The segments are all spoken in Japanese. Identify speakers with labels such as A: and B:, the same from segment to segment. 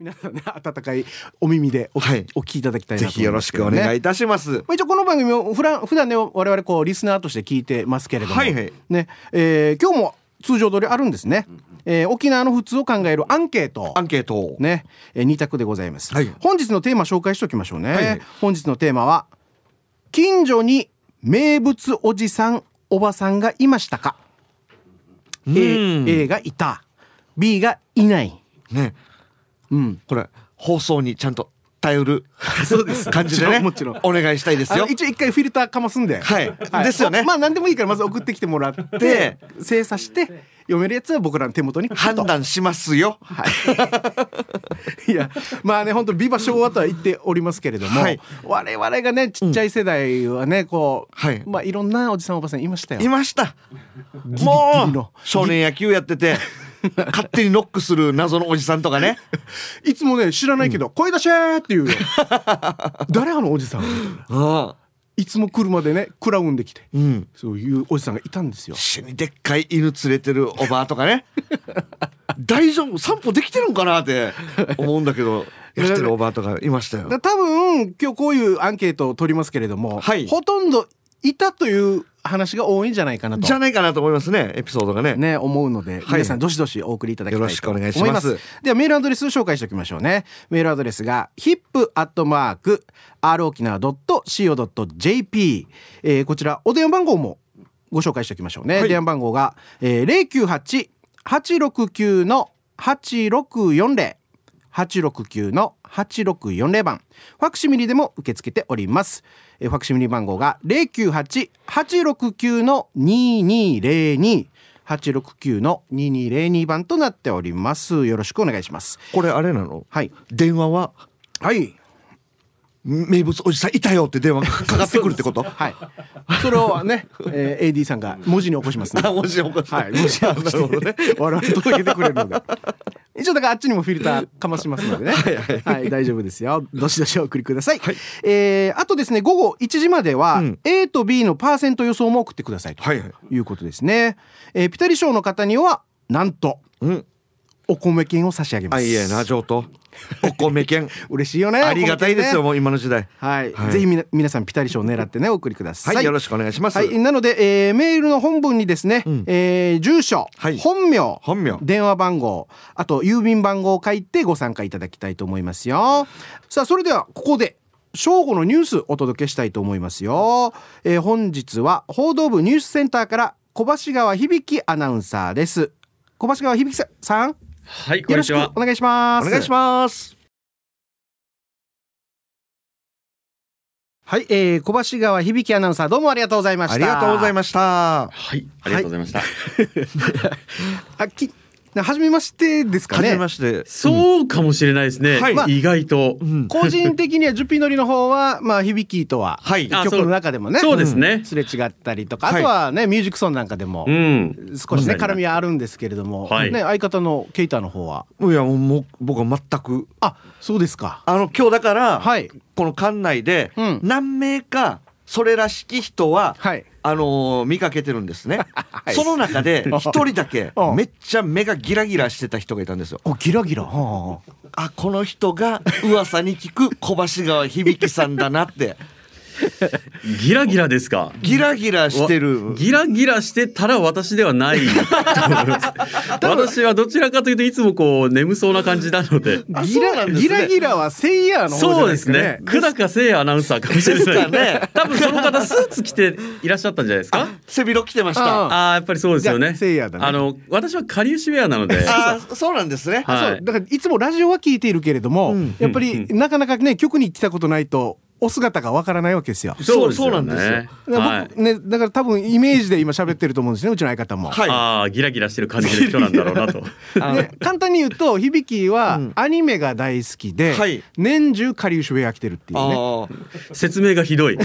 A: 皆さんね温かいお耳でお,、
B: はい
A: お聞きいただきたいな
B: ぜ
A: と
B: ひ
A: 思い
B: よ
A: ま
B: ろ
A: す
B: し
A: けど
B: くお
A: ね、
B: 願いいたします。
A: まあ、一応この番組を普段普段ね我々こうリスナーとして聞いてますけれども、
B: はいはい
A: ねえー今日も通常通りあるんですね、えー沖縄の普通を考えるアンケート
B: アンケートを。
A: ね、えー、2択でございます、
B: はい
A: 本日のテーマ紹介しておきましょうね、
B: はいはい
A: 本日のテーマは「近所に名物おじさんおばさんがいましたか?」
B: ん
A: A, A がいた B がいない
B: ね。
A: うん
B: これ、放送にちゃんと頼る
A: そうです
B: 感じでね。
A: もちろんもち
B: お願いしたいです
A: あの
B: よ。
A: 一応一回フィルターかますんでは
B: はいですよね
A: まあ何でもいいからまず送ってきてもらって
B: で
A: 精査して読めるやつは僕らの手元に来る
B: 判
A: と
B: 断しますよ。
A: いやまあね本当ビバ昭和とは言っておりますけれども、
B: はい
A: 我々がねちっちゃい世代はねこう、
B: はい
A: まあいろんなおじさんおばさんいましたよ
B: い。ました。
A: ギリ
B: も
A: の
B: う、少年野球やっ てて、勝手にノックする謎のおじさんとかね。
A: いつもね知らないけど「声出しー!」って言 うよ誰 あのおじさんみたいな
B: ああ。
A: いつも車でねクラウンできて、
B: うん。
A: そういうおじさんがいたんですよ。
B: 死にでっかい犬連れてるおばあとかね大丈夫散歩できてるんかなって思うんだけどやってるおばあとかいましたよ
A: だ多分今日こういうアンケートを取りますけれども、
B: はい
A: ほとんどいたという話が多いんじゃないかなと
B: じゃないかなと思いますねエピソードがね
A: ね、思うので、
B: い
A: 皆さんどしどしお送りいただきたいと思います。
B: よろしくお願いし
A: ではメールアドレス紹介しておきましょうね。メールアドレスが hip.rokinawa.co.jp、えー、こちらお電話番号もご紹介しておきましょうね。
B: はい
A: 電話番号が、えー、098-869の8640。869の8640番ファクシミリでも受け付けておりますえーファクシミリ番号が098869の2202 869の2202番となっておりますよろしくお願いします
B: これあれなの
A: はい
B: 電話は
A: はい
B: 名物おじさんいたよって電話がかかってくるってこと
A: はいそれをね、えー AD さんが文字に起こしますね
B: あ文字に起こして
A: はい文字に起こして
B: なるほ どね
A: 我々届けてくれるので一応だからあっちにもフィルターかまします のでねはい、大丈夫ですよどしどしお送りください、えーあとですね午後1時までは、
B: うん
A: A と B のパーセント予想も送ってくださいと
B: はいはい
A: いうことですね、えーピタリ賞の方にはなんと
B: うん
A: お米券を差し上げま
B: あ
A: す
B: いいえな上等お米 券
A: 嬉しいよね
B: ありがたいですよ
A: お米券ね
B: もう今の時代
A: はい、
B: はい
A: ぜひみな皆さんピタリ賞を狙ってねお送りください、
B: はいよろしくお願いします
A: はい、なので、えーメールの本文にですね、
B: ん
A: えー住所、
B: はい
A: 本名
B: 本名
A: 電話番号あと郵便番号を書いてご参加いただきたいと思いますよさあそれではここで正午のニュースお届けしたいと思いますよ、えー本日は報道部ニュースセンターから小橋川響アナウンサーです小橋川響さんよ
C: はい、こん
A: ろ
C: に
A: し
C: ち
A: く
C: は
A: お。願いします
B: お願いします
A: はい、えー、小橋川響アナウンサーどうもありがとうございました
B: ありがとうございました
C: はい、ありがとうございました。
A: あきな初めましてですか
B: は
A: ね
B: じめまして
C: そうかもしれないですね。
B: はい
A: まあ
C: 意外と。
B: うん
A: 個人的にはジュピノリの方はまあ響きとは
B: はい
C: あ
A: 曲の中でもね
C: そうですね。
A: すれ違ったりとかあ
B: はい
A: とはねミュージックソンなんかでも
C: うん。
A: 少しね
C: まさに
A: 絡みはあるんですけれども
C: はい
A: ね相方のケイタの方はい
B: やもう僕は全く
A: あそうですか
B: あの今日だから、
A: はい
B: この館内で、
A: うん
B: 何名かそれらしき人は、
A: はい
B: あのー見かけてるんですね、
A: い
B: その中 で一人だけ
A: うん
B: めっちゃ目がギラギラしてた人がいたんですよ
A: おギラギラはあ
B: あこの人が 噂に聞く小橋川響さんだなって
C: ギラギラですか。
B: ギラギラしてる
C: わギラギラしてたら私ではない私はどちらかというといつもこう眠そうな感じなので
A: あギラギラギラはセイヤーの方じゃな
C: そ
A: いうで
C: です
A: か
C: すね
A: ね
C: 久高誠也アナウンサーかもしれない
B: ですかね
C: 多分その方スーツ着ていらっしゃったんじゃないですか
B: 背広来てまし
A: あ
B: た
C: ああやっぱりそうですよ
A: じゃあ
C: ね
A: せいやだね
C: あの私はかりゆしウェアなので
B: あーそうなんですね、
C: はい
A: そうだからいつもラジオは聞いているけれども
B: うん
A: やっぱりなかなかね局に来たことないとお姿がわからないわけですよ
C: そうで す
B: そうそ
C: よ
B: うなんですよ
C: ね
A: だから
C: はい
A: 僕ねだから多分イメージで今喋ってると思うんですねうちの相方も。
B: はい
C: ああギラギラしてる感じの人なんだろうなと。
B: あ
A: で簡単に言うと響は
B: うん
A: アニメが大好きで、
B: はい
A: 年中かりゆしウェア着てるっていうね
B: あー
C: 説明がひどい。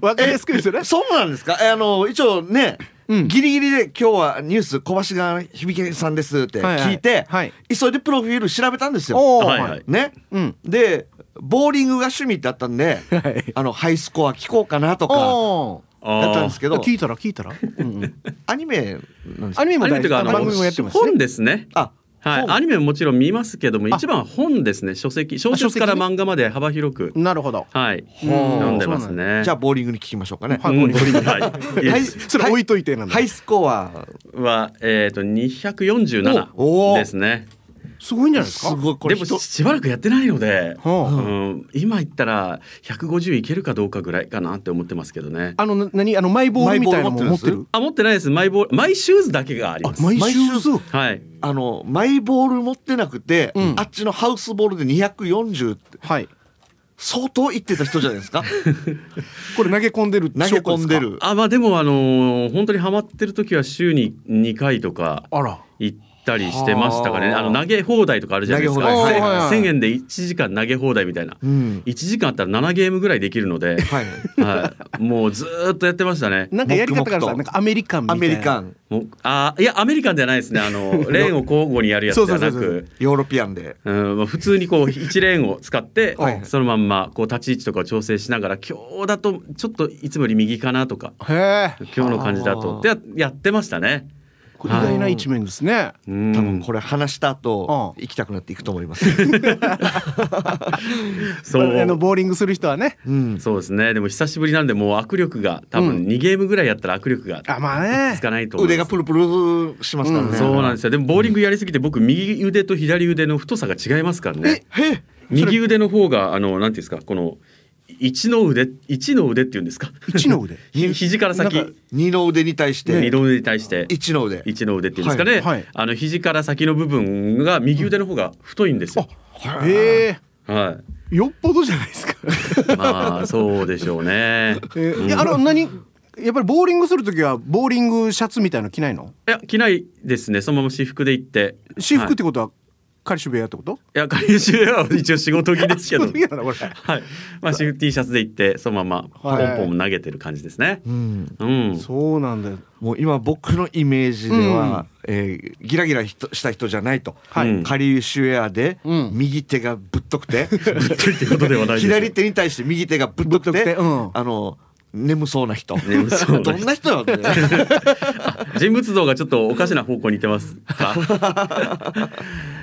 A: わかりやすくですよね
B: そうなんですか。えあの一応ね、
A: うん
B: ギリギリで今日はニュース小橋川響さんですって
A: はいはい
B: 聞いて、
A: はい
B: 急いでプロフィール調べたんですよ。
A: おー
C: はいはい
B: ね、
A: うん
B: でボーリングが趣味だったんで、
A: はい
B: あのハイスコア聞こうかなとか
A: おー
B: だったんですけど、
A: 聞いたら聞いたら、うんうん
B: アニメなんで す
A: ア
B: か。
A: ニメも
C: アニメ
A: 大
C: というかあ
A: 好き
C: の
A: 番組もやってますね
C: 本ですね。
B: あ、
C: はい、
A: 本
C: アニメももちろん見ますけども
A: あ
C: 一番は本ですね書籍小説から
A: 書籍
C: 漫画まで幅広く、
A: なるほど。
C: はい、
A: うん
C: 読んでますね。
B: じゃあボーリングに聞きましょうかね。
A: は
C: う
A: い
C: ん
A: もう
C: はい、いい
A: は
C: で
A: い、
C: す
A: それ置いといてなんだ。
B: ハイスコア
C: はえっ、と247
B: おお
C: ですね。
A: すごいんじゃないです
B: す
A: か。
B: ごいこ
C: で
B: れ
C: も
B: 一
C: ししばらくやってないので、
A: はあ
C: うん、今言ったら150いけるかどうかぐらいかなって思ってますけどね。
A: あの、な何、あの、マイボールみたいなのも
B: マイボ
A: 持
B: ール
A: っ
B: 持
A: る
B: っててる。
C: あ持ってないですマイボールマイシューズだけがあります。
A: マイ
B: マイ
A: シュ
B: シュ
A: ー
B: ー
A: ズ
B: ズ。
C: はい
B: あのマイボール持ってなくて、
A: うん
B: あっちのハウスボールで240って
A: はい。
B: 相当いってた人じゃないで すか
A: これ投げ込んでる。
B: 投げ込んで。る
C: あまあでもあのー本当にハマってる時は週に2回とか
A: あら。
C: 行ったりしてましたかね
B: は
C: あ
B: あ
C: の投げ放題とかあるじゃないですか、
B: 投げ
A: 放題
C: せん
A: はいはいはい
C: 1000円で1時間投げ放題みたいな、
B: うん
C: 1時間あったら7ゲームぐらいできるので、
B: はい
C: はい、もうずーっとやってましたね。
A: なんかやり方からさ、
B: 黙々
A: な
B: と
A: んかアメリカンみた
B: ア
A: いな。
B: メリカ。ン
C: もうあーいやアメリカンじゃないですねあ のレーンを交互にやるやつじゃな
A: そうそうそうそ
C: く。
B: ヨーロピアンで
C: うんまあ普通にこう1レーンを使って
B: はい
C: そのまんまこう立ち位置とかを調整しながら今日だとちょっといつもより右かなとか
A: へえ。
C: 今日の感じだと
B: あ
C: ってややってましたね。
A: これ意外な一面ですね。
C: うん
B: 多分これ話した後、
A: う
B: 行きたくなっていくと思い ます、
C: そ
A: あの
C: う
A: ボーリングする人はね。
B: うん、
C: そうですねでも久しぶりなんでもう握力が多分2ゲームぐらいやったら握力が
A: あ、まあ
C: つ
A: ね。
C: かないと思い
B: 腕が
C: ます
B: プルプルしますからね、
A: うん
C: そうなんですよでもボーリングやりすぎて僕右腕と左腕の太さが違いますからね。
B: へえ
C: 右腕の方があのなんていうんですかこの一の腕一の腕っていうんですか
A: 一の腕。
C: ひ肘から先
A: なんか
B: 二の腕に対し
C: 二
B: て
C: の腕に対して
B: 一の腕
C: 一の腕っていうんですかね、
A: はいはい
C: あの肘から先の部分が右腕の方が太いんですよ、
A: へえ。
C: は
A: よっぽどじゃないですか。
C: いまあそうでしょ うね
A: えーいやあの、何。やっぱりボーリングするときは、ボーリングシャツみたいなの着ないの。
C: いや着ないですねそのまま私服で行って
A: 私服っ
C: はい
A: てことは。仮渋部屋ってこと。
C: いや回収は一応仕事着ですけど
A: 仕事着なのこれ
C: はいまあ、私服 T シャツで行ってそのままポ
A: はい
C: ンポン投げてる感じですね、
B: うん
C: うん
A: そうなんだよ。
B: もう今僕のイメージでは、えーギラギラひとした人じゃないと、
C: はい
B: うんカリウシュエアで、
A: うん
B: 右手がぶっとくて
C: ぶっといってことではないです
B: 左手に対して右手がぶっとくて
A: ぶっとくてうん
B: あの眠そうな人
C: 眠そうな 人
B: どんな人なのね
C: 人物像がちょっとおかしな方向に似てます か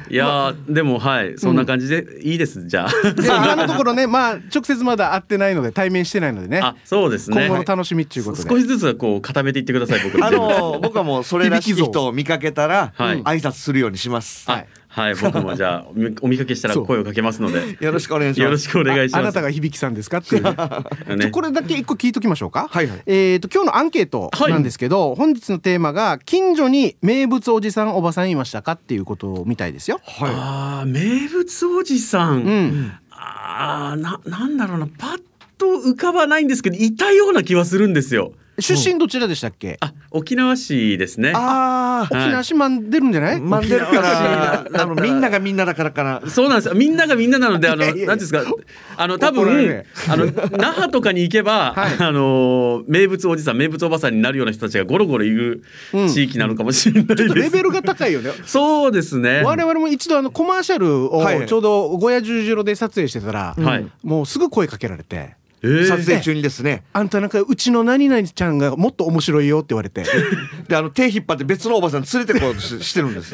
C: いやー、でもはいそんな感じでいいですじゃあ
A: で今のところね、まあ、直接まだ会ってないので、対面してないのでね。
C: あそうですね
A: 今後の楽しみっていうことで。
C: 少しずつこう固めていってください僕の
B: あの僕はもうそれらし
A: 響
B: い
A: き像
B: 人を見かけたら、
C: はい
B: 挨拶するようにします、
C: はい、はい、僕もじゃあお見お見かけしたら声をかけますので
B: よろしくお願いします
C: よろしくお願いします
A: ああなたが響さんですかって いうね、
C: ね
A: ちょこれだけ一個聞いときましょうか。
B: はいはい
A: えっ、と今日のアンケートなんですけど、本日のテーマが近所に名物おじさんおばさんいましたかっていうことみたいですよ。
B: は
C: あー名物おじさん、
A: うん。
C: あーななんだろうなパッと浮かばないんですけどいたような気はするんですよ
A: 出身どちらでしたっけ？
C: あ沖縄市ですね
B: あ
A: 沖縄市マン出るんじゃない？
B: あマンデルか
C: 沖縄市
B: らあのみんながみんなだからから
C: そうなんですよ。みんながみんななので、あの、なんていうんですか。あの、多
A: 怒られ
C: 分、
A: るね
C: あの、 那覇とかに行けば、
A: はい
C: あの、名物おじさん、名物おばさんになるような人たちがゴロゴロいる地域なのかもしれないです。
A: レベルが高いよね。
C: そうです ね。
A: 我々も一度あのコマーシャルを
B: はい
A: ちょうど小屋十字路で撮影してたら、
C: はい
A: もうすぐ声かけられて。
C: えー
B: 撮影中にですね
A: あんたなんかうちの何々ちゃんがもっと面白いよって言われ て
B: であの手引っ張って別のおばさん連れてこうとししてるんです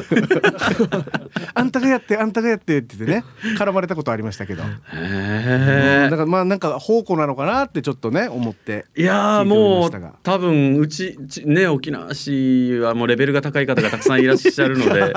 A: あんたがやってあんたがやってって言ってね絡まれたことありましたけど
C: へ
A: う
C: ー
A: んだからまあなんか宝庫なのかなってちょっとね思って
C: いやー
A: 聞いておりま
C: も
A: したが
C: う多分うちちね沖縄市はもうレベルが高い方がたくさんいらっしゃるの で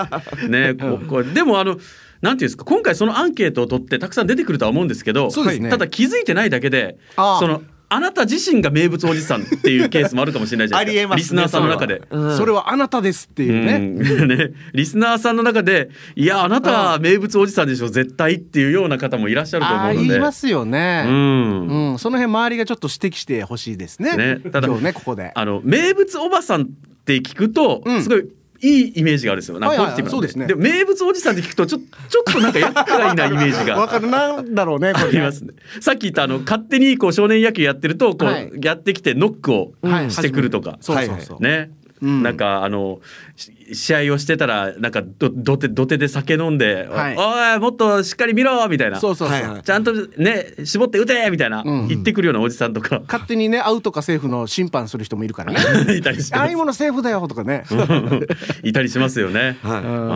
C: ねここれでもあのなんていうんですか今回そのアンケートを取ってたくさん出てくるとは思うんですけど
A: そうですね
C: ただ気づいてないだけで
A: ああ
C: そのあなた自身が名物おじさんっていうケースもあるかもしれないじゃないですか
B: ありえますね
C: リスナーさんの中で。
A: それはあなたですっていうね
C: うん ねリスナーさんの中で「いやあなたは名物おじさんでしょ絶対」っていうような方もいらっしゃると
A: あ
C: 思う
A: あ
C: ので
A: 言いますよ
C: う
A: ね
C: ん
A: うん、その辺周りがちょっと指摘してほしいですね
C: ねただ
A: 今日ねここで
C: あの名物おばさんって聞くと、
A: うん
C: すごいいいイメージがあるんですよ。な
A: は
C: んか
A: い
C: ポ
A: はい
C: ジティブなんで。
A: そうですね
C: も名物おじさんって聞くとちょちょっとなんか厄介なイメージ
A: わ
C: が。
A: かるなんだろうねこ
C: あ
A: れ
C: りますね、さっき言ったあの勝手にこう少年野球やってるとこう、
A: はい
C: やってきてノックを
A: はい
C: してくるとか、
A: そうそうそう、
C: ね、
A: うん
C: なんかあのし試合をしてたらなんかどどてどてで酒飲んで、
A: はい
C: おいもっとしっかり見ろみたいな
A: そうそうそう、
B: はいはい
C: ちゃんとね絞って打てみたいな、
A: うん
C: 言ってくるようなおじさんと か
A: 勝手にねアウトかセーフの審判する人もいるからね
C: いたりし
A: ああ
C: ま
A: い
C: す
A: うものセーフだよとかね、
C: いたりしますよね。
A: う
B: は
A: ん
C: あ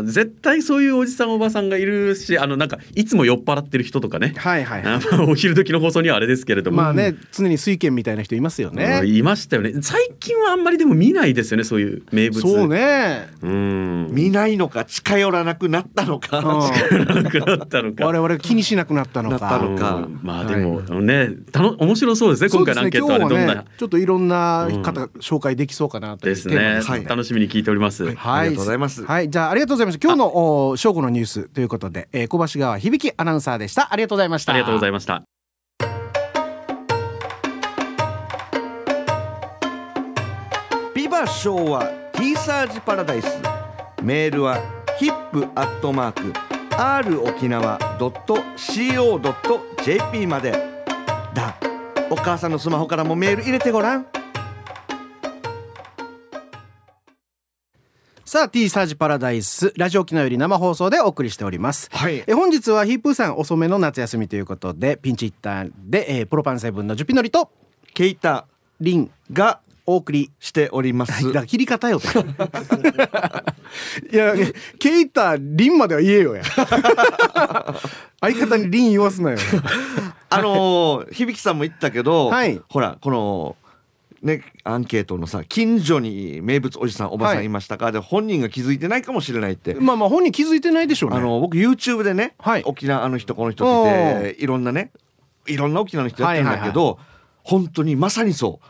C: ー絶対そういうおじさんおばさんがいるしあのなんかいつも酔っ払ってる人とかね、
A: はいはいは
C: あまあお昼時の放送にはあれですけれど
A: い
C: も、
A: まあね常に水拳みたいな人いますよ
C: ね
A: ね
C: いましたよね最近はあんまりでも見ないですよねそういう名物
A: そうね、
C: う
B: い。
C: ん
B: 見ないのか近寄らなくなったの
A: う
B: か。
A: ん、
C: なくなったのか
A: 我々気にしなくなったの
B: なった
A: か
B: のか
C: うんまあでも、ねたの面白そうですね
A: そう
C: 今
A: で
C: 回
A: す
C: の
A: ね
C: アンケ
A: 今
C: ートはねどん
A: 日は
C: な
A: ねちょっといろんな方紹介できそうかなという
C: です
A: テーマ
C: ね
A: ですね
B: はい
C: 楽しみに聞いております、
A: はい、
B: ありがとうございます
A: はい、じゃあありがとうございました。今日のお正午のニュースということで、えー、小橋川響きアナウンサーでした。ありがとうございました。
C: ありがとうござ
A: い
C: いました
B: ビバ昭和ティーサージパラダイスメールは hip アットマーク r 沖縄 .co .jp までだお母さんのスマホからもメール入れてごらん
A: さあ、T サージパラダイスラジオ沖縄より生放送でお送りしております。
B: はい
A: えー本日はヒップーさん遅めの夏休みということでピンチヒッターで、えー、プロパンセブンのジュピノリと
B: ケイタ
A: リン
B: が
A: お送り
B: しております
A: だから切り方よ といやケイタリンまでは言えよや相方にリン言わすなよ
B: あのー響さんも言ったけど、
A: はい
B: ほらこのねアンケートのさ近所に名物おじさんおばさ
A: は
B: ん
A: い
B: いましたか、で本人が気づいてないかもしれないって
A: まあまあ本人気づいてないでしょうね
B: あの僕 YouTube でね、
A: はい
B: 沖縄の人この人ってていろんなねいろんな沖縄の人やってるんだけど、本当にまさにそう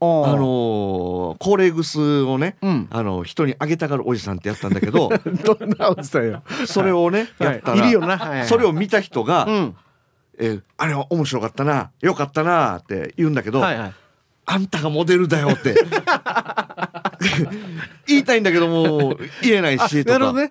A: おー
B: あのー高齢グスをね、
A: うん
B: あの人にあげたがるおじさんってやったんだけ ど
A: どんなおじさんよ。
B: それをね、
A: はい
B: やったら
A: いるよなはいはい
B: それを見た人が、
A: うん。
B: えーあれは面白かったなよかったな」って言うんだけど、
A: はいはい。
B: あんたがモデルだよって 言いたいんだけどもう言えないしと
A: なるほ
B: か、
A: どね。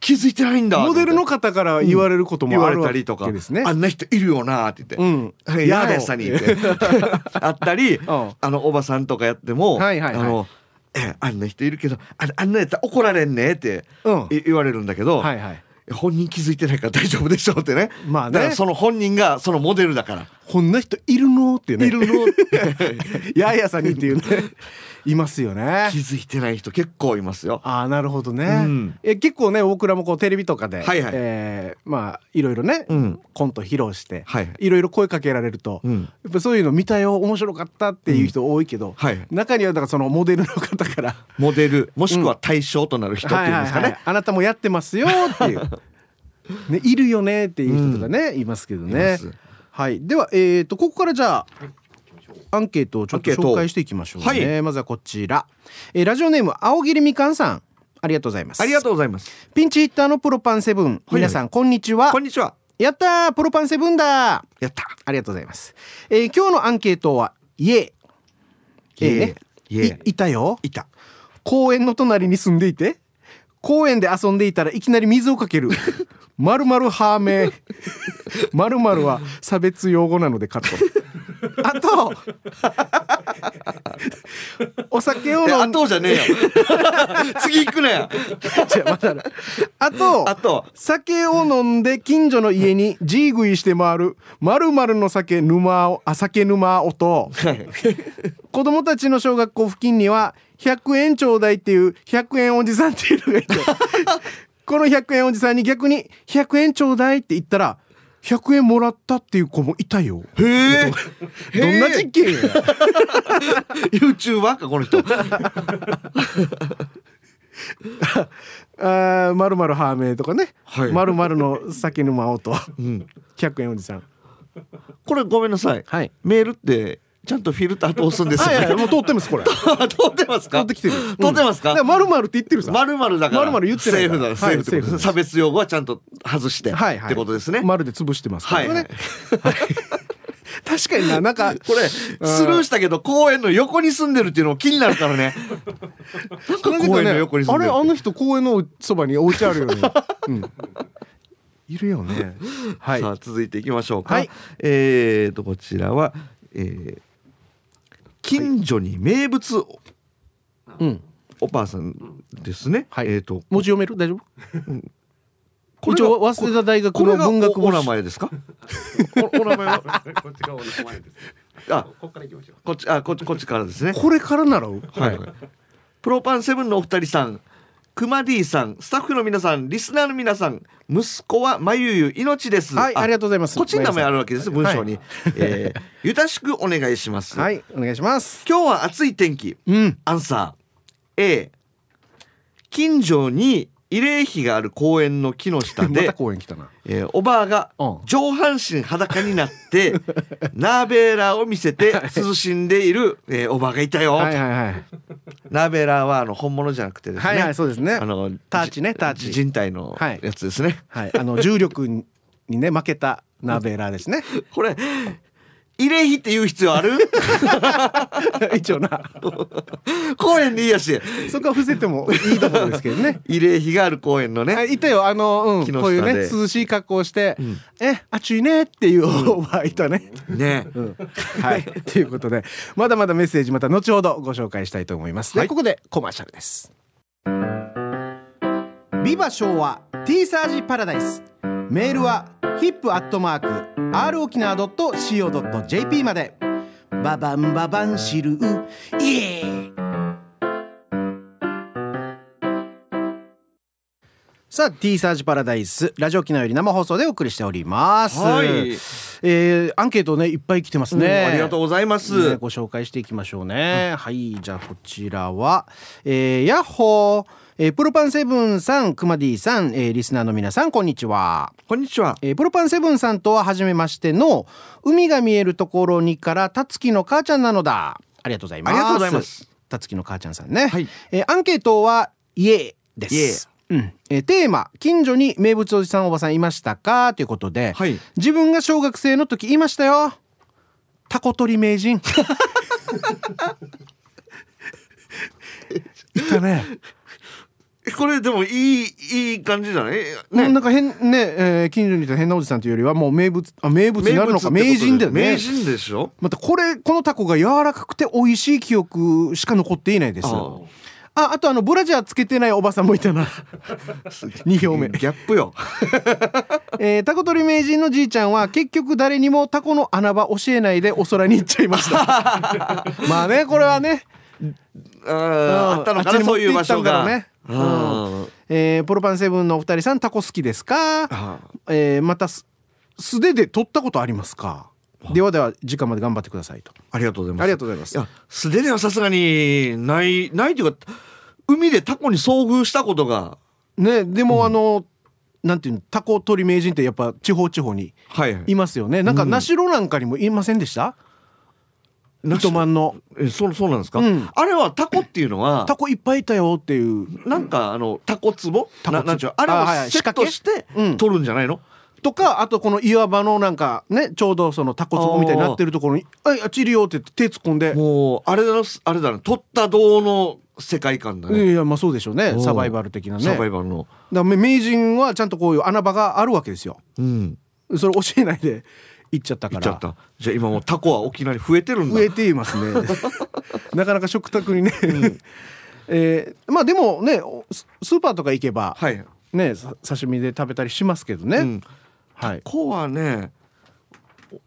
B: 気づいてないんだと
A: モ
B: 思って
A: デルの方から言われること
B: 言
A: もあ
B: わ
A: る
B: れた
A: わ
B: りとか
A: けですね。
B: あんな人いるよなって言って、
A: うん。
B: はいやだやさにって あったり、
A: ん
B: あのおばさんとかやっても、
A: はいはいはい
B: あのえあんな人いるけどああんなやったら怒られんねって、
A: うん
B: い言われるんだけど、
A: はいはい。
B: 本人気づいてないから大丈夫でしょうってね
A: まあね
B: だからその本人がそのモデルだから
A: こんな人いるのってね。
B: いるのって
A: ややさにっていうね。いますよね
B: 気。づいてない人結構いますよ。
A: ああなるほどね、
B: うん
A: え結構ね僕らもこうテレビとかで、
B: はいはい
A: えーまあいろいろね、
B: うん
A: コント披露して、
B: はいはい
A: いろいろ声かけられると、
B: うん
A: やっぱそういうの見たよ面白かったっていう人多いけど、
B: はい
A: 中にはだからそのモデルの方から
B: モデルもしくは対象となる人っていうんですか
A: は
B: ね、
A: いはいはいあなたもやってますよっていう ねいるよねっていう人とかね、いますけど
B: い
A: ね
B: ます
A: はいではえっ、とここからじゃあアンケートをちょっと
B: アンケート
A: 紹介していきましょうね、
B: は
A: まずはこちら、えーラジオネーム青桐みかんさんありがとうございます
B: ありがとうございます
A: ピンチヒッターのプロパンセブン皆さんこんにちは
B: こんにちは
A: やったープロパンセブンだ
B: やった
A: ありがとうございます、えー今日のアンケートはイエー
B: イエーイエー
A: いいたよ
B: いた
A: 公園の隣に住んでいて公園で遊んでいたらいきなり水をかける まるまるハーメー まるまるは差別用語なのでカ ットあとお酒を
B: え
A: 飲
B: あ
A: ん
B: とじゃねえ よ次行くね
A: じゃあまだあるあと
B: あと
A: 酒を飲んで近所の家にジーグイして回るまるまるの酒沼をあ酒沼音子供たちの小学校付近には100円ちょうだいっていう100円おじさんっていうのが いてこの100円おじさんに逆に100円ちょうだいって言ったら100円もらったっていう子もいたよ。
B: へえ
A: どんな実験や
B: YouTuber かこの人
A: あーまるまるハーメイとかね、
B: はい
A: まるまるの酒沼音
B: うん
A: 100円おじさん。
B: これごめんなさい、
A: はい
B: メールってちゃんとフィルター通すんですよ
A: あ
B: ね、
A: いやいやもう通ってますこれ。
B: 通ってます
A: 通
B: か
A: ってきてる。
B: 通ってますか、
A: まるまるって言ってるさ。
B: まるまるだから
A: 丸々言ってないから
B: セーフだセーフってこ
A: はい
B: と
A: セーフです
B: 差別用語はちゃんと外して、
A: はいはい。
B: ってことですね、
A: まるで潰してますからね。
B: はいはい
A: 確かにななんか
B: これスルーしたけど公園の横に住んでるっていうのも気になるからね なんか公園の横に住んでる
A: あれあ
B: って
A: の人公園のそばにお家あ るよね。うんいるよね。はい。
B: さあ続いていきましょうか、
A: はい
B: えーとこちらは、えー近所に名物
A: うん。
B: おばあさんですね。
A: はい
B: えっ、と、
A: 文字読める大丈夫
B: これ
A: 一
B: が
A: 応早稲田大学
B: これ
A: の
B: が
A: 文学
B: おお
A: 部
B: 名
A: 出
B: 前ですか。おお名前は、
D: こっち側の名前です。
B: あ、
D: こっから行きましょう。
B: こっち、あ、こっち、こっちからですね。
A: これからなの
B: はい。プロパンセブンのお二人さん、クマ D さん、スタッフの皆さん、リスナーの皆さん、息子はまゆゆ命です。
A: はいありがとうございます
B: こっちに名前あるわけです、文章
A: は
B: に
A: い。
B: えーゆたしくお願いします。
A: はいお願いします
B: 今日は暑い天気。
A: うん
B: アンサー A 近所に慰霊碑がある公園の木の 下
A: ま
B: で
A: た、公園来たな
B: えーおばあが
A: うん
B: 上半身 裸になってナーベーラーを見せて涼しんでいる、えーおばあがいたよ、
A: はいはいはい
B: ナーベーラーはあの本物じゃなくてですね、
A: はいはいそうですね
B: あの
A: ターチねターチ
B: 人体の
A: はい
B: やつですね、
A: はいあの重力にね負けたナベラーですね
B: これ慰霊碑って言う必要ある
A: 一応な
B: 公園でいいやし
A: そこは伏せてもいいところですけど ね
B: 慰霊碑がある公園のね、
A: はいいたよあの、うん、
B: 木の
A: こういうね
B: 下で
A: 涼しい格好をして「え暑いね」っていうおばあいたね、
B: ね
A: うん はい、ということでまだまだメッセージまた後ほどご紹介したいと思います。で、ここでコマーシャルです。ビバ昭和 T サージパラダイスメールは hip アットマーク r 沖縄 .co jp までババンババンシルウイエーイさあ T サージパラダイスラジオ沖縄より生放送でお送りしております。
B: はい
A: えーアンケートねいっぱい来てますね、
B: うんありがとうございます
A: ねご紹介していきましょうね、はいじゃあこちらは、えー、ヤッホー、えープロパンセブンさんクマディさん、えーリスナーの皆さんこんにちは
B: こんにちは
A: えープロパンセブンさんとは初めましての海が見えるところにからたつきの母ちゃんなのだありがとうございます
B: ありがとうございます
A: たつきの母ちゃんさんね、
B: はい
A: えーアンケートはイエーですうんえーテーマ「近所に名物おじさんおばさんいましたか?」ということで、
B: はい
A: 自分が小学生の時いましたよタコ取り名 人いたね
B: これでもいいいい感じじゃない
A: うんなんか変ね、えー近所にいた変なおじさんというよりはもう名物あ名物になるのか名
B: 名
A: 人だ
B: 人で
A: よね
B: 名人でしょ
A: またこれこのタコが柔らかくて美味しい記憶しか残っていないです
B: あ
A: ああとあのブラジャーつけてないおばさんもいた な2票目
B: ギャップよ
A: えータコ取り名人のじいちゃんは結局誰にもタコの穴場教えないでお空に行っちゃいました まあねこれはね
B: あーあったのかなそういう場所が
A: あっちに持って行ったんだろうね
B: あ
A: えーポロパンセブンのお二人さんタコ好きですか
B: あ、
A: えーまたす素手で取ったことありますかではでは時間まで頑張ってくださいと
B: ありがとうございます
A: ありがとうございます
B: や素手ではさすがにないないというか海でタコに遭遇したことが
A: ねでもあの、なんていうのタコ取り名人ってやっぱ地方地方に
B: はいはい
A: いますよねなんか名城なんかにもいませんでした、糸満の
B: えそうそうなんですか、
A: うん
B: あれはタコっていうのは
A: タコいっぱいいたよっていう
B: なんかあのタコ壺
A: タコ壺
B: ななんちゅうあれ
A: あはいは
B: を
A: い
B: セット
A: 仕
B: し
A: 掛
B: て
A: けうん
B: 取るんじゃないの、
A: とかあとこの岩場のなんかねちょうどそのタコ壺みたいになってるところに「あいあっちいるよ」って言って手突っ込んで
B: もうあれだなあれだな取った銅の世界観だ
A: いや
B: ね、
A: いやまあそうでしょうね
B: おー
A: サバイバル的なね
B: サ
A: だ
B: バイ
A: か
B: バルの
A: ら名人はちゃんとこういう穴場があるわけですよ
B: うん
A: それ教えないで行っちゃったから
B: 行っちゃったじゃあ今もうタコは沖縄に増えてるんだ
A: 増えています ねなかなか食卓にね、 えーまあでもねおススーパーとか行けば、
B: はい
A: ねさ刺身で食べたりしますけどね、
B: うん
A: はい
B: こうはね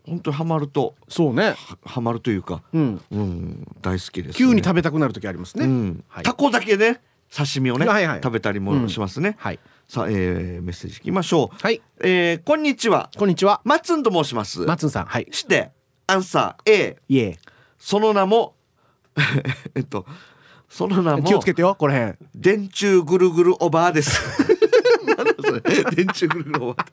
B: 本当にハマると
A: そうね
B: はハマるというか、
A: うん
B: うん、大好きです、ね、
A: 急に食べたくなる時ありますね、
B: うん
A: はい
B: タコだけね刺身をね、
A: はいはい
B: 食べたりもしますね、
A: はい
B: さあ、えーメッセージいきましょう、
A: はい
B: えーこんにちは
A: こんにちは
B: マッツンと申します、
A: マツンさんはい
B: してアンサー A
A: いえ
B: その名も えっとその名も
A: 気をつけてよこの辺
B: 電柱ぐるぐるおばあです。 なんだそれ電柱ぐるぐるおばあ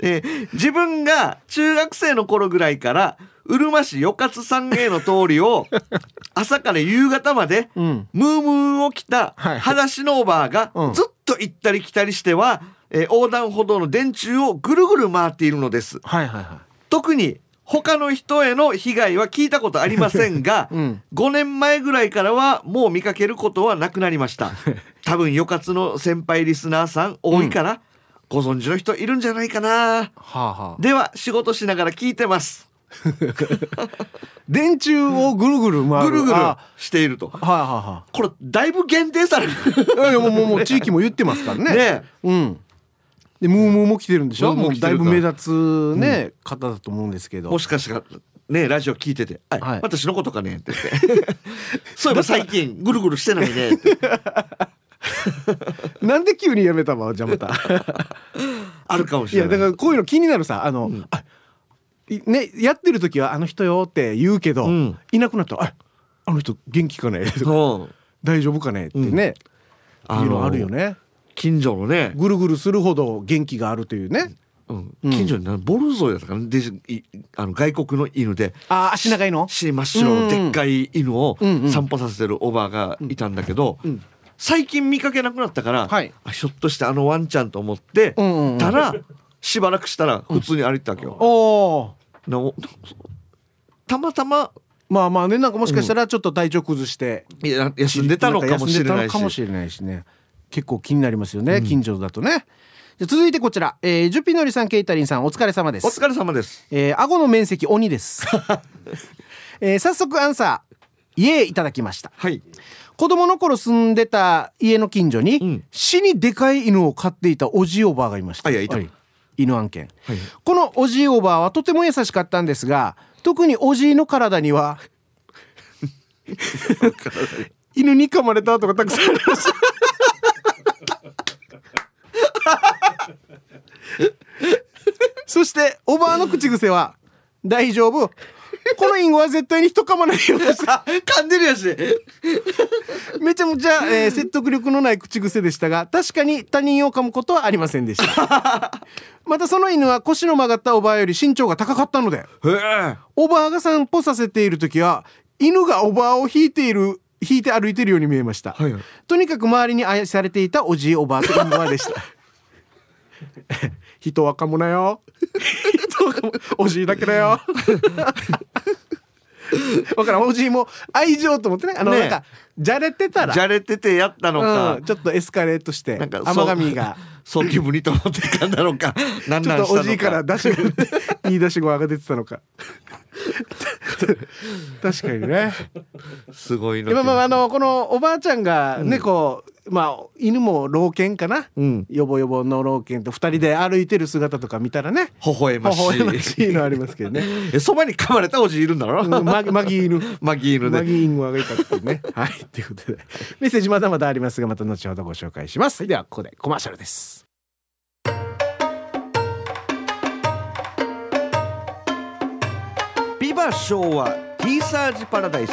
B: えー自分が中学生の頃ぐらいからうるま市よかつ三への通 りを朝から夕方まで、
A: うん
B: ムームーを着た
A: はい
B: 裸足のおばあが
A: うん
B: ずっと行ったり来たりしては、えー横断歩道の電柱をぐるぐる回っているのです
A: はいはいは
B: 特に他の人への被害は聞いたことありませんが、
A: うん
B: 5年前ぐらいからはもう見かけることはなくなりました 多分よかつの先輩リスナーさん多いから、ご存知の人いるんじゃないかな
A: はあはあ
B: では仕事しながら聞いてます
A: 電柱をぐるぐる回
B: ぐ
A: る
B: るぐる
A: あ
B: していると。
A: はいは
B: これだいぶ限 定される。
A: いはいいやいやもうもうもう地域も言ってますからね
B: ね
A: うんでムームーも来てるんでしょ
B: ムームー
A: もう
B: 来て
A: だい
B: る
A: ぶ
B: から
A: 目立つね、方だと思うんですけど
B: もしかしたらねラジオ聞いてて、はい
A: はい
B: 私のことかねって言って。そういえば最近ぐるぐるしてないねって。
A: なんで急にやめたわじゃあま た
B: あるかもし
A: い
B: れな
A: や
B: い。
A: だからこういうの気になるさあの、あいねやってる時はあの人よって言うけど、
B: うん
A: いなくなったらああの人元気かね
B: そう
A: 大丈夫かねってね、
B: うん
A: いうのあるよね
B: 近所のね、
A: ぐるぐるするほど元気があるというね
B: うん近所になボルゾイだったかなでいあの外国の犬で
A: あー足長いの
B: 死に真っ白のでっかい犬を
A: うんうん
B: 散歩させてるおばあがいたんだけど、
A: ん
B: 最近見かけなくなったから、
A: はい
B: あひょっとしてあのワンちゃんと思って
A: うんうんうん
B: たらしばらくしたら普通に歩いてたわけよ。
A: おお
B: なおなたまたま
A: まあまあねなんかもしかしたらちょっと体調崩して、
B: や休んでたのかもしれ
A: んか休んでた
B: な
A: の
B: いし
A: かもしれないしね結構気になりますよね、近所だとねじゃあ続いてこちら、えー、ジュピノリさんケイタリンさんお疲れ様です
B: お疲れ様です。
A: えー、顎の面積鬼 です、えー、早速アンサーイエーいただきました
B: はい、
A: 子供の頃住んでた家の近所に、
B: ん
A: 死にでかい犬を飼っていたおじいおばあがいました
B: あいやいた
A: 犬案件、
B: はい
A: このおじいおばあはとても優しかったんですが特におじいの体には 犬に噛まれた跡がたくさんありました そしておばあの口癖は「大丈夫このインゴは絶対に人噛まないようにして」
B: あ噛んでるやし
A: めちゃめちゃ、えー説得力のない口癖でしたが確かに他人を噛むことはありませんでした またその犬は腰の曲がったおばあより身長が高かったので
B: へえ
A: おばあが散歩させている時は犬がおばあを引いている引いて歩いているように見えました、
B: はいはい
A: とにかく周りに愛されていたおじいおばあと犬はでした人は噛むなよ人は噛むおじいだけだ よわからんおじいも愛情と思ってねあの
B: ねえ
A: なんかじゃれてたら
B: じゃれててやったのか、
A: うん、ちょっとエスカレートして
B: なんか
A: 甘神 が
B: そうそう気分にと思ってたんだろ うか何
A: ちょ
B: な
A: っ
B: んした
A: とお
B: のか
A: じいから出しがいい出し声が出てたの か確かにね
B: すごいの
A: 今まああのこのおばあちゃんがね、こうまあ犬も老犬かな、
B: うん
A: よぼよぼの老犬と二人で歩いてる姿とか見たらね
B: 微笑
A: 微
B: ましい
A: 笑ましいのありますけど ね
B: えそばに噛まれたおじいいるんだろ、
A: うんマギマギ犬
B: マギ犬
A: マ
B: で
A: ギインゴアがいたっていう ねはいということでメッセージまだまだありますがまた後ほどご紹介します、ではここでコマーシャルです
B: ビバショーはティーサージパラダイス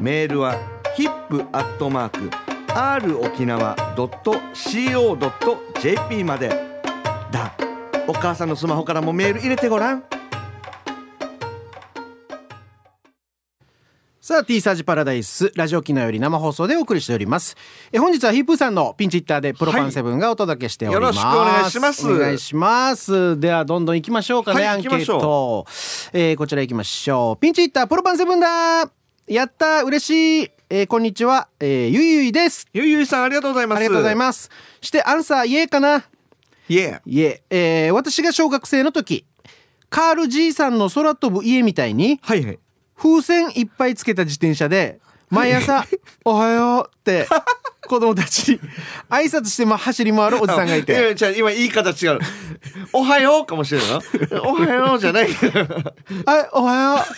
B: メールはヒップアットマーク R 沖縄 .co.jp までだお母さんのスマホからもメール入れてごらん
A: さあ、T サージパラダイス、ラジオ機能より生放送でお送りしております。え、本日はヒープーさんのピンチヒッターで、プロパンセブンがお届けしております。
B: はいよろしくお願いします
A: お願いします。では、どんどん行きましょうかね、
B: は
A: ア
B: い行
A: ン
B: き
A: ケ
B: ま
A: ー
B: しょう
A: ト。えーこちら行きましょう。ピンチヒッター、プロパンセブンだやったー嬉しいえーこんにちは、えーゆいゆいです。
B: ゆいゆいさんありがとうございます
A: ありがとうございます。して、アンサー、イエーかな
B: すイエ
A: いえ、えー私が小学生の時、カール爺さんの空飛ぶ家みたいに、
B: はいはい
A: 風船いっぱいつけた自転車で毎朝「おはよう」って子供たちに挨拶してま走り回るおじさんがい
B: やや
A: て
B: じゃあ今言い方 違う「おはよう」かもしれないなおはよう」じゃない
A: 「あお はよ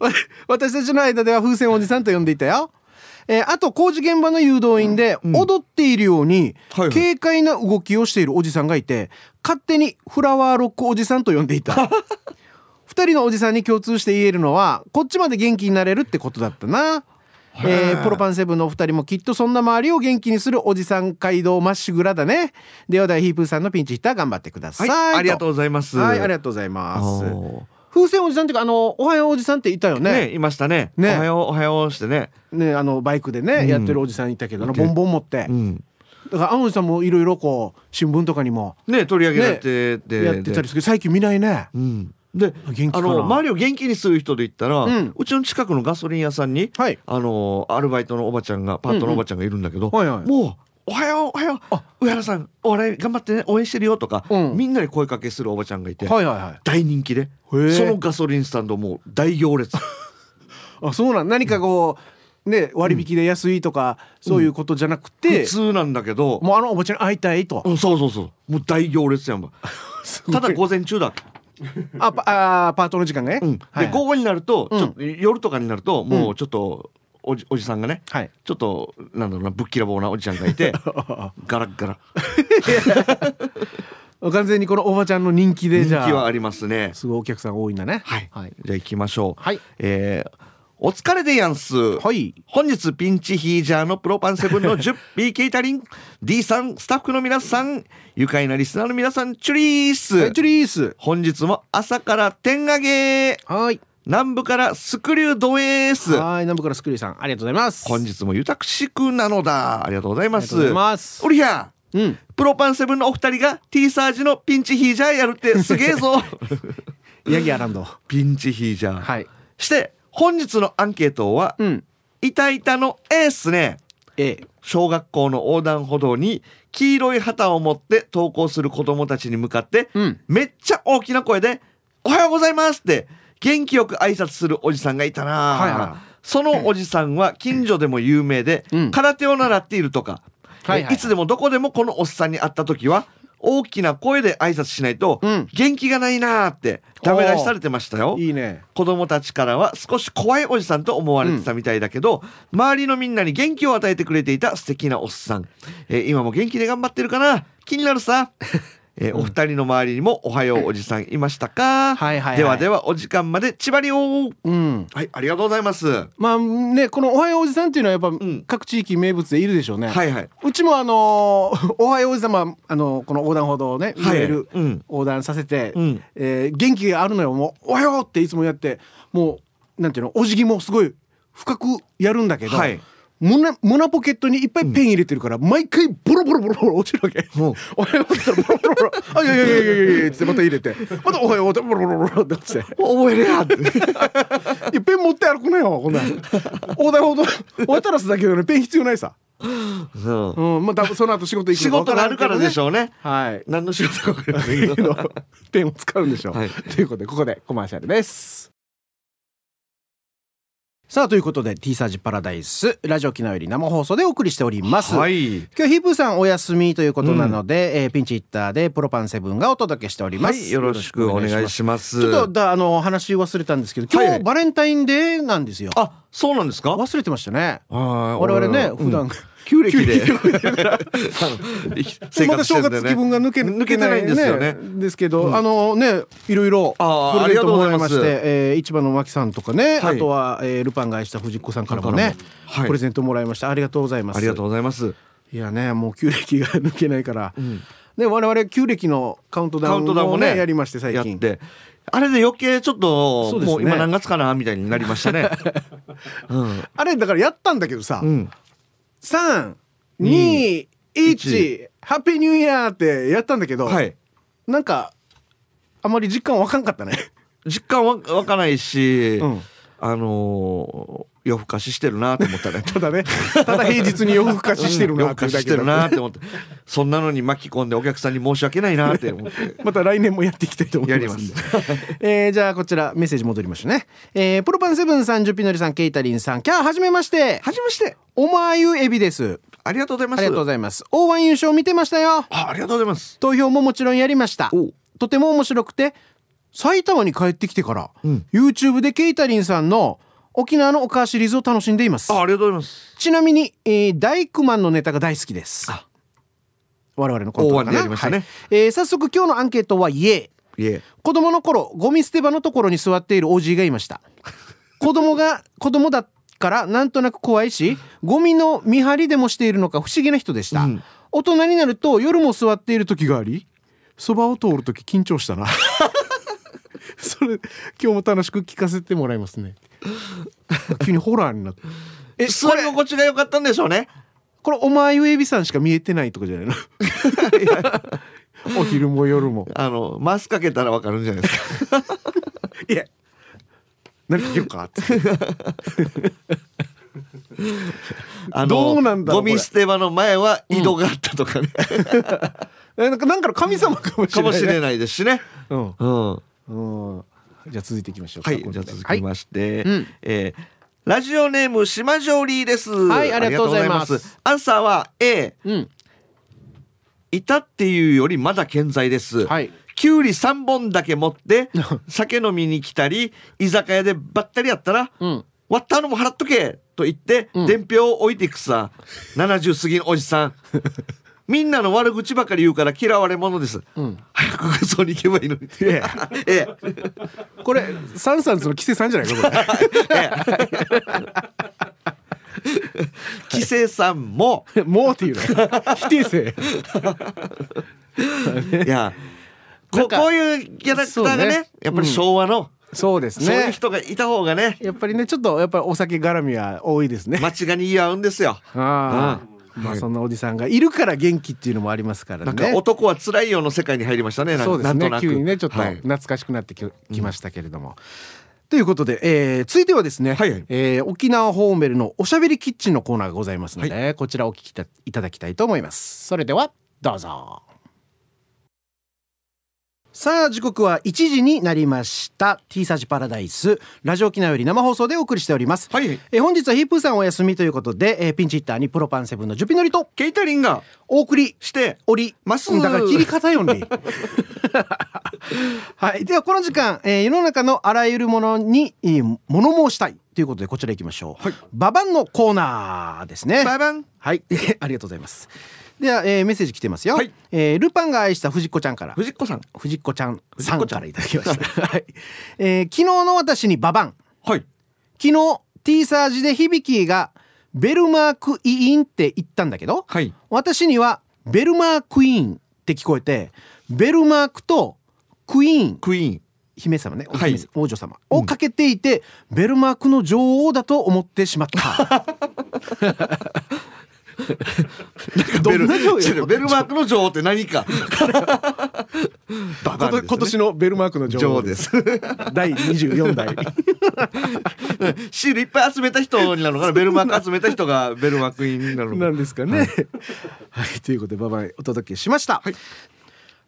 A: う」わ私たちの間では風船おじさんと呼んでいたよ。えーあと工事現場の誘導員で踊っているように
B: はいはい
A: 軽快な動きをしているおじさんがいて勝手にフラワーロックおじさんと呼んでいた 二人のおじさんに共通して言えるのはこっちまで元気になれるってことだったな、えープロパンセブンのお二人もきっとそんな周りを元気にするおじさん街道まっしぐらだねではではヒープーさんのピンチヒッター頑張ってください、
B: はいありがとうございます
A: はいありがとうございます
B: あー
A: 風船おじさんっていうかあのおはようおじさんっていたよね
B: ねいましたね
A: ね
B: おはようおはようしてね
A: ねあのバイクでね、
B: うん
A: やってるおじさんいたけどあのボンボン持って、
B: うん
A: だからあのおじさんもいろいろこう新聞とかにも
B: ね取り上げられてて、
A: やってたりするけど最近見ないね
B: うんで
A: 元気
B: あ
A: かな
B: の周りを元気にする人で言ったら、う
A: うん
B: ちの近くのガソリン屋さんに、
A: はい
B: あのアルバイトのおばちゃんがパートのおばちゃんがいるんだけど、
A: うんうんはいはい
B: もうおはようおはよう上原さんお笑い頑張ってね応援してるよとか、
A: うん
B: みんなに声かけするおばちゃんがいて、
A: はいはいはい
B: 大人気でそ
A: え
B: のガソリンスタンドもう大行 列
A: あそうなん何かこうね割引で安いとか、そういうことじゃなくて、
B: 普通なんだけど、
A: もうあのおばちゃんに会いたいと、
B: うん、そうそうそうもう大行 列やんばただ午前中だ
A: あパあパートの時間がね、
B: うん、
A: はい
B: で午後になると、
A: うん
B: ちょっと夜とかになるともうちょっとおじおじさんがね、
A: はい
B: ちょっとなんだろうなぶっきらぼうなおじちゃんが いてガラッガラ
A: 完全にこのおばちゃんの人気で
B: 人気
A: じゃあ
B: はありますね
A: すごいお客さん多いんだね
B: はい、
A: はい
B: じゃあ行きましょう
A: はい
B: えーお疲れでやんす、
A: はい
B: 本日ピンチヒージャーのプロパンセブ ンの 10P ケータリン D さんスタッフの皆さん愉快なリスナーの皆さんチュリース、
A: はいチュリース
B: 本日も朝から天上げ
A: はい
B: 南部からスクリュードエース
A: はい南部からスクリューさんありがとうございます
B: 本日もゆたくしくなのだありがとうございま
A: ありがと
B: す
A: うございます
B: おりゃ
A: うん
B: プロパンセブンのお二人が T サージのピンチヒージャーやるってすげえ ぞ
A: ヤギアランド
B: ピンチヒージャー、
A: はい
B: して本日のアンケートは、
A: うん
B: いたいたの A っすね
A: A
B: 小学校の横断歩道に黄色い旗を持って登校する子供たちに向かって、
A: うん
B: めっちゃ大きな声で「おはようございます」って元気よく挨拶するおじさんがいたな、
A: はいは
B: そのおじさんは近所でも有名で、
A: うん
B: 空手を習っているとか、
A: はいはい
B: えいつでもどこでもこのおっさんに会った時は大きな声で挨拶しないと
A: うん
B: 元気がないなーってダメ出しされてましたよ。
A: いいね
B: 子供たちからは少し怖いおじさんと思われてたみたいだけど、周りのみんなに元気を与えてくれていた素敵なおっさん、えー今も元気で頑張ってるかな気になるさ、 えーお二人の周りにもおはようおじさんいましたか、
A: はいはいはい
B: ではではお時間までちばりを
A: うん
B: はいありがとうございますは
A: まあねこの「おはようおじさん」っていうのはやっぱ、
B: ん
A: 各地域名物でいるでしょうね
B: いはいう
A: ちもあのーおはようおじさま」あのこの横断歩道をねい
B: はい
A: わゆる
B: うん
A: 横断させて、
B: うん
A: えー元気があるのよもう「おはよう」っていつもやってもうなんていうのお辞儀もすごい深くやるんだけど、
B: はい
A: 胸胸ポケットにいっぱいペン入れてるから、毎回ボロボロボロボロ落ちるわけ
B: うん
A: 「おはよう」って言ったらボロボロボロ「あいやいやいやいやいやいや」ってまた入れてまた「おはよう」ってボロボロボロボロって落ちて。
B: 覚え れやって
A: いやペン持って歩くなよこんなん横断歩道渡らすだけなのにペン必要ないさ
B: うん
A: うんまあ多分その後仕事行く
B: 仕
A: の
B: 事
A: 分
B: があ
A: ん
B: る
A: け
B: か
A: ど
B: らでしょうね
A: はい
B: 何の仕事か分かりませんけど
A: けどペンを使うんでしょう、
B: はい
A: ということでここでコマーシャルですさあということで T サージパラダイスラジオ機能より生放送でお送りしており ます、
B: はい
A: 今日ヒープーさんお休みということなので、えーピンチヒッターでプロパンセブンがお届けしており
B: は
A: ます、
B: いよろしくお願いします
A: ちょっとだあの話忘れたんですけど今
B: はいは
A: 日
B: い
A: バレンタインデーなんですよ、
B: あそうなんですか
A: 忘れてましたね
B: 我
A: 我々ね普段
B: 旧暦で
A: 旧暦だから
B: 生
A: まだ
B: 活し
A: 正
B: てんで
A: 月気分が抜け
B: 抜けてないんですよね
A: ですけど、あのねいろいろ
B: あー
A: プレゼントもらいまし
B: ありがとうござい
A: て、えー、市場の牧さんとかね、
B: は
A: あ
B: い
A: とは、えールパンが愛した藤子さんからも
B: から
A: ね
B: も、はい
A: プレゼントもらいましたありがとうございます
B: ありがとうございます
A: いやねもう旧暦が抜けないから、ね我々旧暦のカウントダウンもねやりまして最
B: やっ
A: 近
B: てあれで余計ちょっと
A: そうですね
B: もう今何月かなみたいになりました ねうん
A: あれだからやったんだけどさ、
B: うん
A: 三二321ハッピーニューイヤーってやったんだけど、
B: はい
A: なんかあまり実感わかんかったね
B: 実感わ湧かないし
A: うん
B: あのー夜更かししてるなと思ったね
A: ただねただ平日に 夜更かししてる
B: うん
A: な
B: 夜
A: って
B: 更
A: いう
B: かし
A: だ
B: して
A: けだ
B: る
A: から
B: なって思ってそんなのに巻き込んでお客さんに申し訳ないなって 思って
A: また来年もやっていきたいと思いますんで
B: や
A: えーじゃあこちらメッセージ戻りましたね、えープロパンセブンさんジュピノリさんケイタリンさんキャーはじめまして
B: はじめまして
A: おまゆエビです
B: ありがとうございま
A: あ
B: す
A: りがとうございます O1 優勝見てましたよ
B: あありがとうございます
A: 投票ももちろんやりました
B: お
A: とても面白くて埼玉に帰ってきてから、YouTube でケイタリンさんの沖縄のお母シリーズを楽しんでいます
B: あありがとうございます
A: ちなみに、えー、大工マンのネタが大好きです
B: あ。
A: 我々のコントか
B: 大腕
A: な
B: でやりましたね
A: はいえー早速今日のアンケートはイエー
B: いえ
A: 子供の頃ゴミ捨て場のところに座っているおじいがいま した子供が子供だからなんとなく怖いしゴミの見張りでもしているのか不思議な人でした、大人になると夜も座っている時がありそばを通る時緊張したな それ今日も楽しく聞かせてもらいますね 急にホラーになったえ
B: 座り心地が良かったんでしょうね。
A: これお前ゆエビさんしか見えてないとかじゃないの お昼も夜も
B: あのマスかけたらわかるんじゃないで すか。
A: いや何かけるかって
B: あ
A: どうなんだろう
B: ゴミ捨て場の前は井戸があったとかね、
A: えなんかなんかの神様かもし
B: か
A: れな
B: も
A: い、ね。
B: しれないですしね。
A: うん。
B: うん、は
A: うん。じゃあ続いていきましょうか。
B: い、
A: 今度
B: じゃあ
A: ね
B: 続き
A: はい
B: まして、
A: うん
B: えーラジオネーム島ジョーリーです。
A: はいありがとうございます
B: ありがとうございますアンサーは A。
A: うん。
B: いたっていうよりまだ健在です。
A: はい。
B: きゅうり3本だけ持 って、酒飲みに来たり、居酒屋でばったりやったら、
A: うん。
B: 割ったのも払っとけと言って、
A: うん
B: 伝票を置いていくさ。70過ぎのおじ さん。みんなの悪口ばかり言うから嫌われ者です。
A: うん。
B: 早く嘘に行け ばいいのに。え え。ええ。
A: これサンサンズの規制さんじゃないかこれ。
B: 規制さんも、
A: もうっていうの。否定性。
B: いや、
A: なん
B: こ
A: か
B: こういうキャラクターがね、
A: そうね
B: やっぱり昭和の、
A: そうです
B: そういう
A: ね。
B: 人がいた方 がね、
A: やっぱりねちょっとやっぱりお酒絡みは多いですね。
B: 間違いに合うんですよ。
A: あ
B: あ
A: あ。まあそんなおじさんがいるから元気っていうのもありますからね。
B: なんか男は辛いよの世界に入りましたね。なん
A: そうです
B: な
A: ね
B: んとなく
A: 急にねちょっと
B: はい
A: 懐かしくなってき,、きましたけれども。ということで、えー続いてはですね、
B: はいはい
A: えー沖縄ホーメルのおしゃべりキッチンのコーナーがございますので、こちらお聞きたいただきたいと思います。それではどうぞ。さあ時刻は1時になりました T サージパラダイスラジオ沖縄より生放送でお送りしております、
B: はいはい
A: えー本日はヒップーさんお休みということで、えーピンチヒッターにプロパンセブンのジュピノリと
B: ケイタリンが
A: お送り
B: して、
A: おり
B: ます
A: だから切り方よね。 はい、ではこの時間、えー世の中のあらゆるものに、えー物申したいということでこちら行きましょう。ババンのコーナーですね。
B: ババン
A: はい、 ありがとうございます。では、えーメッセージ来てますよ。
B: はい
A: えールパンが愛した藤子ちゃんから。
B: 藤子さん。
A: 藤子ちゃん
B: 藤
A: さん
B: 子ちゃん
A: からいただきました。 はい、えー昨日の私にババン。
B: はい。
A: 昨日 T サージで響きがベルマークイーンって言ったんだけど、
B: はい
A: 私にはベルマークイーンって聞こえてベルマークとクイーン
B: クイーン。
A: 姫様ね、お
B: はい
A: 姫様王女様をかけていて、ベルマークの女王だと思ってしまった どんな女王
B: ベ
A: よ
B: ルベルマークの女王って何か。ババンですね
A: 今年のベルマークの女
B: 女
A: 王
B: 王
A: で
B: ですす。
A: 第24代
B: シールいっぱい集めた人になるのかな。ベルマーク集めた人がベルマークイーンになるのか
A: な
B: な。
A: んですかね。はい、ということでババンお届けしました、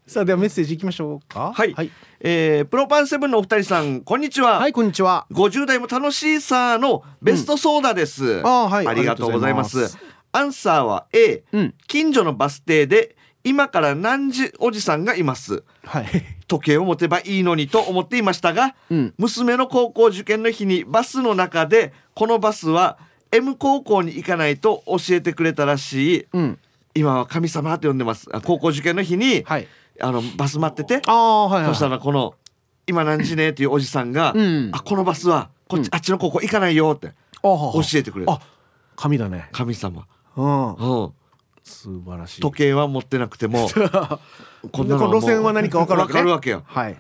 A: さあではメッセージいきましょうか
B: はい。
A: はい、
B: えープロパンセブンのお二人さん、こんにちは。
A: はいこんにちは
B: 50代も楽しいさーのベストソーダです、
A: あーはい
B: ありがとうございます
A: ありがとう
B: アンサーは A、
A: うん
B: 近所のバス停で今から何時おじさんがいます
A: はい
B: 時計を持てばいいのにと思っていましたが、
A: うん
B: 娘の高校受験の日にバスの中でこのバスは M 高校に行かないと教えてくれたらしい、
A: うん
B: 今は神様って呼んでますあ高校受験の日に、
A: はい
B: あのバス待ってて
A: ああはいはい
B: そしたらこの「今何時ね」っていうおじさんが「
A: うん
B: あこのバスはこっち、
A: うん
B: あっちの高校行かないよ」って
A: 教
B: 教えてくれる
A: あ神だね
B: 神様、
A: うん
B: うん、
A: 素晴らしい
B: 時計は持ってなくてもこんなの
A: この路線は何か分かるわ
B: わ
A: けね
B: かるわけよ
A: はい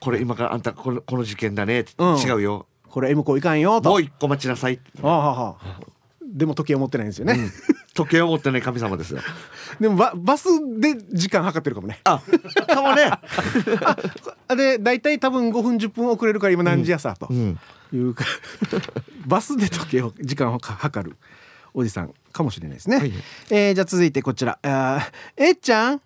B: これ今からあんたこのこの事件だねって、
A: うん
B: 違うよ
A: これ M 校いかんよ
B: も
A: と
B: う一個待ちなさい
A: ああははでも時計を持ってないんですよね、
B: 時計を持ってない神様ですよ
A: でもババスで時間計ってるかもね
B: あかもね
A: あで大体多分5分10分遅れるから今何時やさと
B: うん
A: いうか、 バスで時計を時間をか計るおじさんかもしれないですね、
B: はい
A: えーじゃあ続いてこちらあーえっちゃん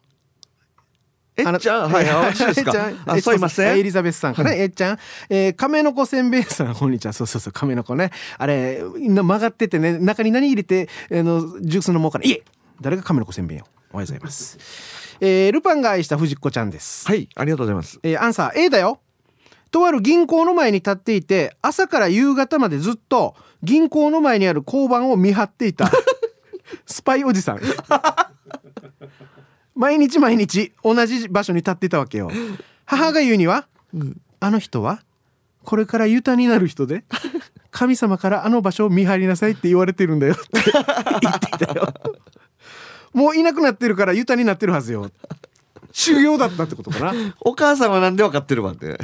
B: えっちゃんはい私です
A: えっちゃ
B: か
A: ん
B: あすいませ
A: エリ
B: ん
A: ザベスさんから、えっちゃん、えー、亀の子せんべいさん、 こんにちは。そうそうそう、亀の子ね。あれ、な曲がっててね、中に何入れて、あの、ジュース飲もうから。いえ誰が亀の子せんべいよ。おはようございます。えー、ルパンが愛した藤子ちゃんです。
B: はいありがとうございます
A: えーアンサー A だよ。とある銀行の前に立っていて、朝から夕方までずっと銀行の前にある交番を見張っていたスパイおじさん。毎日毎日同じ場所に立っていたわけよ。母が言うには、あの人はこれからユタになる人で神様からあの場所を見張りなさいって言われてるんだよって言ってたよ。もういなくなってるからユタになってるはずよ。修行だったってことかな。
B: お母さんはなんでわかってるわって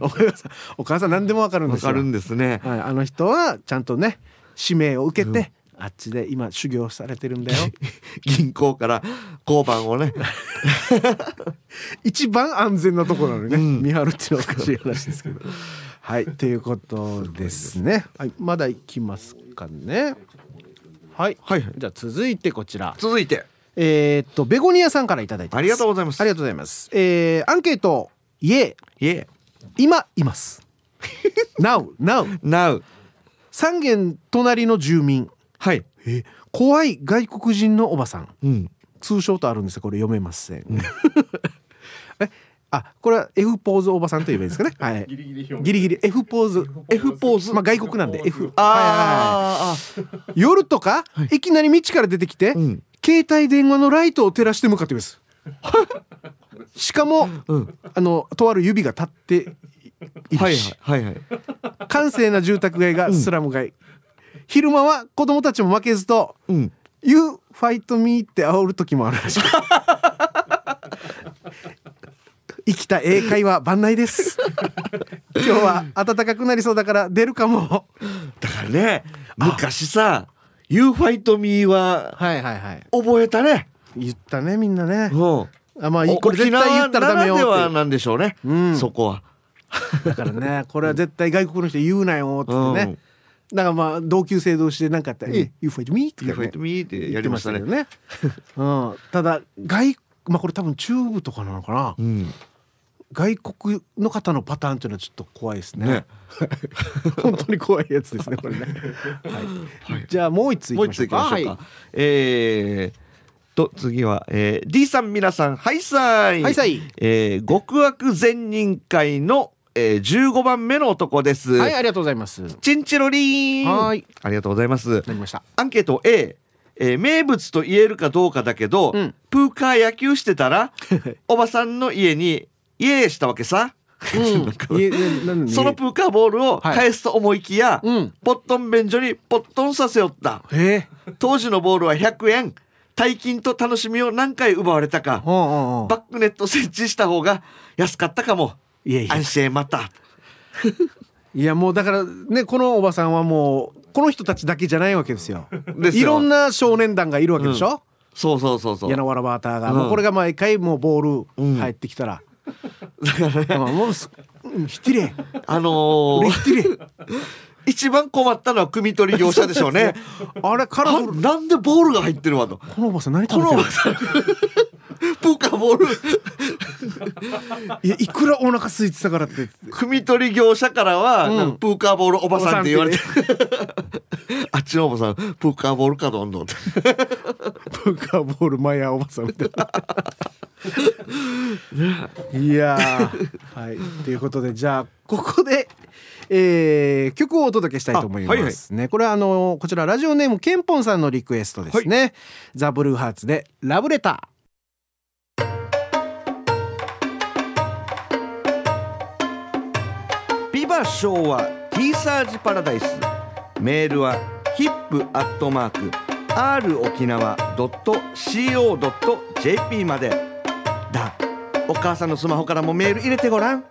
A: お母さん、お母さん何でもわかるんで
B: わ
A: すよ。
B: かるんですね
A: はい、あの人はちゃんとね、使命を受けて、あっちで今修行されてるんだよ。
B: 銀行から交番をね
A: 一番安全なところなのにね、
B: うん
A: 見張るっていうのはおかしい話ですけ ど。はい、ということですね。はい、まだ行きますかね。はい、
B: はいはい
A: じゃあ続いてこちら
B: 続いて
A: えーっとベゴニアさんからいただいてます
B: ありがとうございます
A: ありがとうございますえーアンケートイエ
B: イエ
A: ー今います Now Now
B: ー Now
A: 三軒隣の住民
B: はい
A: え怖い外国人のおばさん
B: うん
A: 通称とあるんですがこれ読めません えあこれは F ポーズおばさんと言えばいいんですかねはい
D: ギリギリ表現
A: ギリギリ F ポーズ
B: F ポーズ
A: まあ外国なんで F はいはいはい
B: あー
A: 夜とか、い、きなり道から出てきて、
B: ん
A: 携帯電話のライトを照らして向かっていますしかも、あのとある指が立ってい
B: は
A: る
B: い
A: し、
B: はいはいはい
A: 閑静な住宅街がスラム街、昼間は子供たちも負けずと「
B: ん
A: You fight me」って煽る時もあるらしい生きた英会話番内です今日は暖かくなりそうだから出るかも
B: だからね昔さ「You Fight Me」は
A: はいはいはい
B: 覚えたね
A: 言ったねみんなね
B: うん
A: あまあ
B: お
A: これ絶対言ったらダメよっ
B: 沖縄ならでは
A: て
B: なんでしょうね、
A: ん
B: そこは
A: だからねこれは絶対外国の人言うなよっつってね、だからまあ同級生同士で何かあったら「
B: うん
A: You fight me」
B: 「
A: と
B: You
A: かね
B: Fight Me」ってや
A: 言っ
B: り
A: て
B: ま
A: ま
B: し
A: した
B: た
A: け
B: ね
A: どね。 うん、ただ外まあこれ多分中部とかなのかな、
B: うん
A: 外国の方のパターンっていうのはちょっと怖いですね
B: ね
A: 本当に怖いやつですねこれね、はいじゃあもう一つい
B: も
A: き
B: う
A: ま
B: 一
A: しょう
B: ついき
A: か
B: ましょうか、えー、と次は、えー、D さん皆さんハイサ
A: は
B: イ
A: い、はいさい
B: えー、極悪善人会の、えー、15番目の男です、
A: はいありがとうございます
B: チンチロリーン
A: はい
B: ありがとうございます
A: なりました
B: アンケート A、えー名物と言えるかどうかだけど、
A: うん
B: プーカー野球して たらおばさんの家にイエーイしたわけさ、 なんか
A: いええなんで
B: そのプーカーボールを返すと思いきや、
A: うん
B: ポットン便所にポットンさせよった
A: え
B: 当時のボールは100円大金と楽しみを何回奪われたか
A: ー、うんうんうん
B: バックネット設置した方が安かったかも
A: いやいや
B: 安心また
A: いやもうだからねこのおばさんはもうこの人たちだけじゃないわけですよ。
B: ですよ
A: いろんな少年団がいるわけでしょ。
B: そうそうそうそう
A: ヤ
B: だ
A: ナワラバーターが、
B: うん
A: もうこれが毎回もうボー
B: ん
A: ル入ってき たら、
B: からね
A: まあもうすうんひってれ
B: あの
A: 俺
B: ー、
A: ひってれ
B: 一番困ったのは汲み取り業者でしょう ね
A: あれカラ
B: あ
A: フル
B: なんでボールが入ってるわと
A: このおばさん何
B: こ
A: 食べ
B: の
A: てる
B: プーカーボール
A: いやいくらお腹空いてたからって
B: 汲み取り業者からは、なんかプーカーボールおばさんって言われてあっちのおばさんプーカーボールかどんどんって
A: ブーカーボールマヤーおばさんみ たいな。いやーはいということでじゃあここで、えー曲をお届けしたいと思います
B: あはいはい
A: ね。これはあのこちらラジオネームケンポンさんのリクエストですね。ザブルーハーツでラブレター。
B: ビバショーはティーサージパラダイスメールは hip アットマーク r 沖縄 .co.jp までだお母さんのスマホからもメール入れてごらん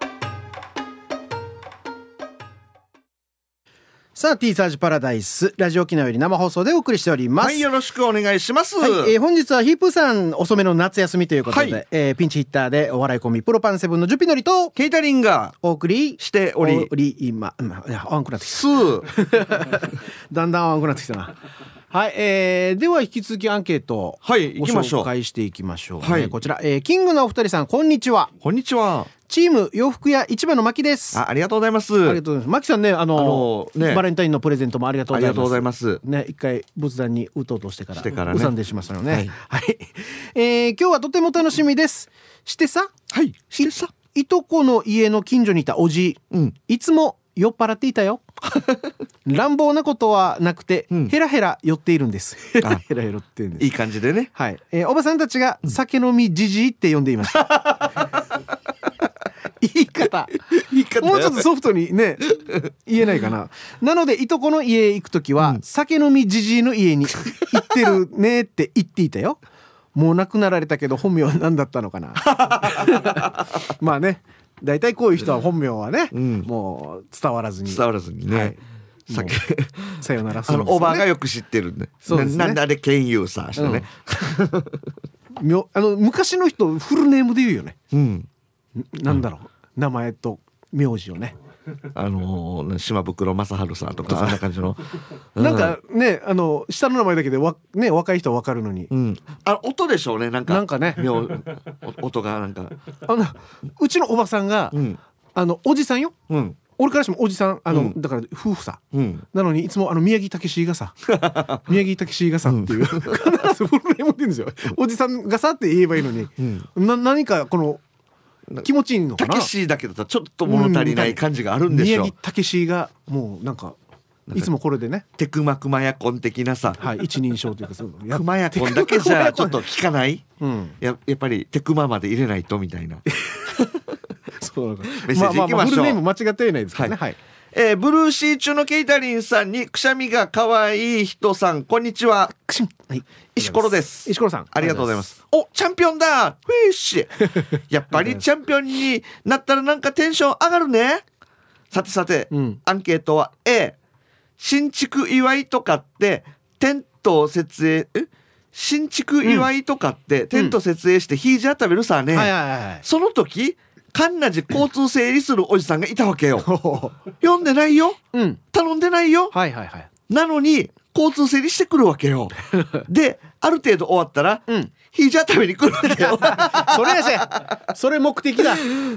A: さあ T サージパラダイスラジオ沖縄より生放送でお送りしております。
B: はいよろしくお願いします、
A: はい、えー本日はヒップーさん遅めの夏休みということで、
B: はい
A: えーピンチヒッターでお笑いコンビプロパンセブンのジュピノリと
B: ケータリングが
A: お送り
B: しており
A: 今、うん、いや、あんくなってき
B: すは
A: た。 だんだんあんくなってきたな。はい、えー、では引き続きアンケートを
B: い行きましょ
A: 紹
B: う
A: 介していきましょう、ね。
B: はい
A: こちら、えー、キングのお二人さ ん、こんにちは。
B: こんにちは
A: チーム洋服屋市場の牧です。あ
B: あありがとうございます
A: りがとうございます。牧さんね、あの、
B: あのね
A: バレンタインのプレゼントもありがとう
B: あ
A: ご
B: り
A: ざい
B: が
A: ます。
B: とうございます
A: ね、一回仏壇にうとうとしてから
B: してからね
A: うさんでしますよねはい、 えー今日はとても楽しみですしてさ
B: はいしてさ
A: いとこの家の近所にいたおじ、
B: うん
A: いつも酔っ払っていた よ乱暴なことはなくて、
B: うん
A: ヘラヘラ寄っているんですヘラ ヘラ寄ってるんです
B: いい感じでね
A: はい、えーおばさんたちが酒飲みじじいって呼んでいました 言い方
B: 言い方
A: もうちょっとソフトにね言えないかななのでいとこの家へ行く時は、酒飲みじじいの家に行ってるねって言っていたよもう亡くなられたけど本名は何だったのか なまあね大体こういう人は本名はね、
B: うん
A: もう伝わらずに
B: 伝わらずにね、
A: はい
B: 酒
A: もうさよならす
B: あ
A: るん
B: の
A: ですよ
B: おばあ
A: ね
B: がよく知ってるんで
A: そうですね
B: ななんであれ剣佑さんしてね
A: みょあの昔の人フルネームで言うよね
B: うん、
A: んなんだろう、名前と名字をね
B: あのー島袋正治さんとかそんな感じ の、う
A: なんかねあの下の名前だけでわね若い人はわかるのに
B: うんあ音でしょうねなんか
A: なんかね
B: 妙お音がなんか
A: あのうちのおばさんが、
B: うん
A: あのおじさんよ
B: うん
A: 俺からしてもおじさんあの、
B: うん
A: だから夫婦さ
B: うん
A: なのにいつもあの宮城武志が さ宮城武志がさっていう、必ずフルネームって言うんですよおじさんがさって言えばいいのに、な何かこの気持ちいいのか
B: タ
A: な
B: ケシだけだとちょっと物足りない感じがあるんでし
A: 宮
B: ょう、
A: 城武志がもうなんか
B: なん
A: い
B: か
A: つもこれでね、
B: テクマクマヤコン的なさ、
A: はい、一人称というかそうや
B: クマヤコンだけじゃちょっと効かない
A: うん
B: ややっぱりテクマまで入れないとみたいな、
A: そうなんか
B: メッセージ
A: まあまあまあ
B: 行きましょ
A: フ
B: う
A: ルネーム間違ってはいないですからね
B: は
A: はいい、
B: えーブルーシー中のケイタリンさんにくしゃみが可愛い人さんこんにちは
A: クシンはい
B: 石ころです
A: 石ころさん
B: ありがとうございます。お、チャンピオンだフィッシ ュやっぱりチャンピオンになったらなんかテンション上がるね。さてさて、
A: うん
B: アンケートは A。新築祝いとかって、テントを設営、え新築祝いとかって、テント設営してヒージャー食べるさね。
A: はいはいはいはい
B: その時、カンナジ交通整理するおじさんがいたわけ よ。読んでないよ
A: うん
B: 頼んでないよ
A: はいはいはい
B: なのに、交通整理してくるわけ よ。で、ある程度終わったら、
A: うん
B: ヒージャー食べに来るわ けよ。
A: それやせそれ目的だ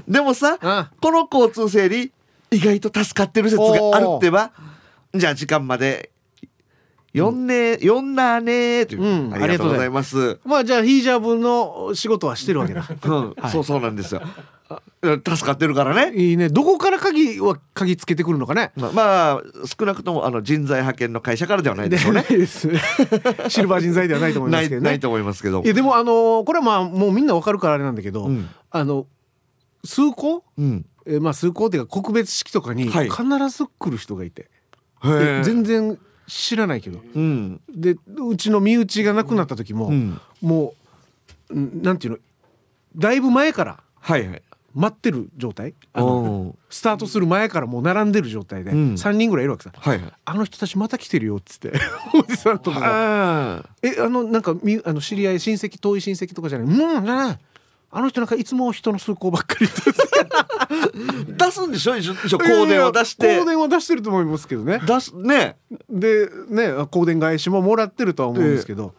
B: でもさ、
A: う
B: この交通整理、意外と助かってる説があるってば、じゃあ時間まで、呼んね、呼んだねーという、
A: うん
B: ありがとうございます。
A: まあじゃあヒージャー分の仕事はしてるわけ だ
B: うん、そうそうなんですよ。うん助かってるからね。
A: いいねどこから鍵は鍵つけてくるのかね
B: まあ、まあ少なくともあの人材派遣の会社からではないでしょう
A: な
B: ね
A: い。です シルバー人材ではないと思いま
B: な
A: す
B: い
A: けど
B: ない
A: ね
B: と思いますけど
A: い。やでもあのーこれはまあもうみんなわかるからあれなんだけど、
B: うん
A: あの数校
B: うん。
A: えーまあ数校っていうか告別式とかに
B: は
A: 必
B: い
A: ず来る人がいて、
B: へ
A: で
B: ー
A: 全然知らないけど
B: うん。
A: でうちの身内が亡くなった時も、
B: うん
A: もうんなんていうのだいぶ前から
B: はいはい。
A: 待ってる状態あ
B: おー
A: のスタートする前からもう並んでる状態で
B: うん
A: 3人ぐらいいるわけさ、
B: はいはい。
A: あの人たちまた来てるよっつって おじさんとかが
B: ああ。
A: えあのなんかみあの知り合い親戚遠い親戚とかじゃないうんねあの人なんかいつも人の数行ばっかり
B: 出すんでしょ一緒一緒香典を出して
A: 香典を出してると思いますけどね
B: 出すね
A: でね香典返しももらってるとは思うんですけど、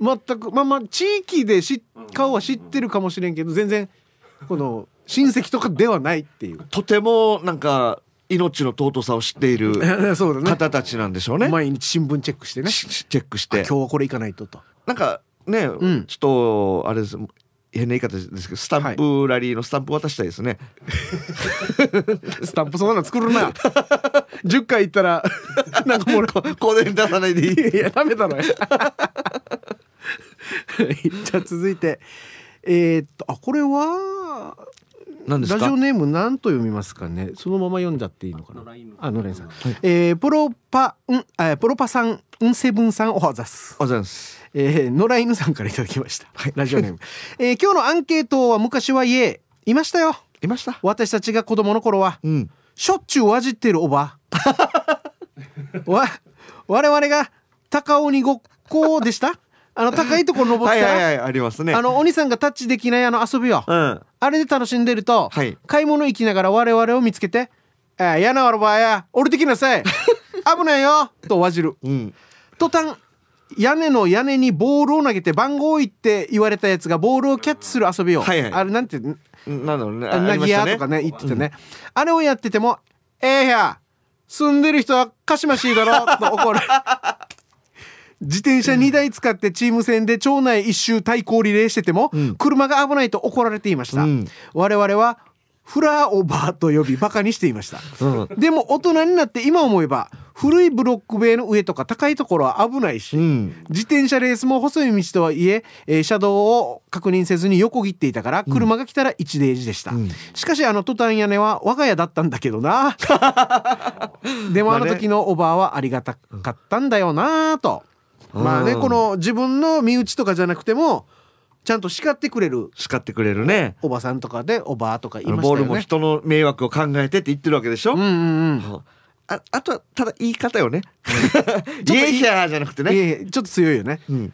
A: 全くまあまあ地域で知っ顔は知ってるかもしれんけど全然この親戚とかではないっていう
B: とてもなんか命の尊さを知っている
A: そうだね
B: 方たちなんでしょうね
A: 毎日新聞チェックしてね
B: ししチェックし
A: あ
B: て
A: 今日はこれ行かないとと
B: なんかね、
A: ん
B: ちょっとあれです変な言い方ですけどスタンプラリーのスタンプ渡したいですね、
A: スタンプそんなの作る な10回行った らなんかもらう
B: 香典出さないでいい
A: いやダメだろ はいじゃあ続いてえーっとあこれは
B: 何です
A: ラジ
B: か
A: オネーム何と読みますかねそのまま読んじゃっていいのかな
D: 野良犬
A: あのれんさん、えープロパんあプロパさんんセブンさんおはざす
B: ありがとうございます
A: えー、野良犬さんからいただきました、ラジオネーム、 えー今日のアンケートは昔はいえいましたよ
B: いました
A: 私たちが子供の頃は
B: うん
A: しょっちゅうわじってるお ばわ我々が高鬼ごっこでしたあの高いところ登っ
B: は
A: て
B: い
A: たら、
B: はいはいありますね
A: あのお兄さんがタッチできないあの遊びを、
B: うん
A: あれで楽しんでると、
B: はい
A: 買い物行きながら我々を見つけて「えー、嫌なおばや俺てきなさ い危ないよ」とわじる
B: うん
A: 途端屋根の屋根にボールを投げて番号を言って言われたやつがボールをキャッチする遊びを、
B: はいはい
A: あれなんて
B: なんだろうねああ
A: な
B: りま
A: ぎ
B: した
A: 屋
B: ね
A: とかね言ってたね、あれをやってても「ええや住んでる人はかしましいだろ」と怒る自転車2台使ってチーム戦で町内一周対抗リレーしてても、車が危ないと怒られていました、
B: うん
A: 我々はフラーオバーと呼びバカにしていました、
B: うん
A: でも大人になって今思えば古いブロック塀の上とか高いところは危ないし、
B: うん
A: 自転車レースも細い道とはいええー車道を確認せずに横切っていたから車が来たら一礼時でした、しかしあのトタン屋根は我が家だったんだけどなでもあの時のおばあはありがたかったんだよなとまあねこの自分の身内とかじゃなくてもちゃんと叱ってくれる
B: 叱ってくれるね
A: おばさんとかでおばあとかい
B: あの
A: ました
B: ボール
A: よ
B: も
A: ね
B: 人の迷惑を考えてって言ってるわけでしょ、
A: うんうんうん
B: ああとはただ言い方よね。
A: と
B: イ
A: い
B: エヒャーじゃなくて
A: い
B: ね。
A: やいやちょっと強いよね。 うん。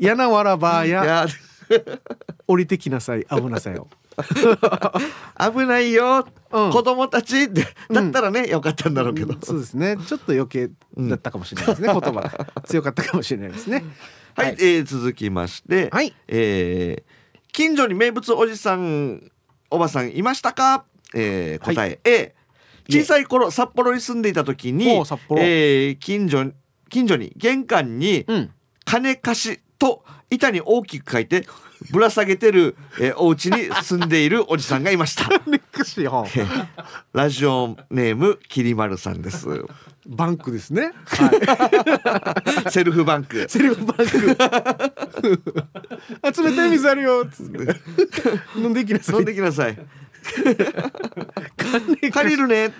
A: やなわらば
B: い
A: や
B: や
A: 降りてきなさい危なさよ。
B: 危ないよ。
A: うん
B: 子供たちって
A: ん
B: だったらね、よかったんだろうけど、
A: うんそうですねちょっと余計だったかもしれないですね、言葉が強かったかもしれないですね
B: はい、
A: はい
B: えー続きまして、
A: はい
B: えー近所に名物おじさんおばさんいましたか、えー答え、A 小さい頃札幌に住んでいた時に
A: おう札、幌
B: えー近所近所に玄関に
A: うん
B: 「金貸し」と板に大きく書いてぶら下げてる、えー、お家に住んでいるおじさんがいました。
A: ネックシよ
B: ラジオネームきり丸さんです。
A: バンクですね
B: セルフバンク。
A: セルフバン ク冷たい水あるよつって飲んでいきなさ
B: 飲ん
A: い
B: できなさい。
A: 金
B: 借りるね。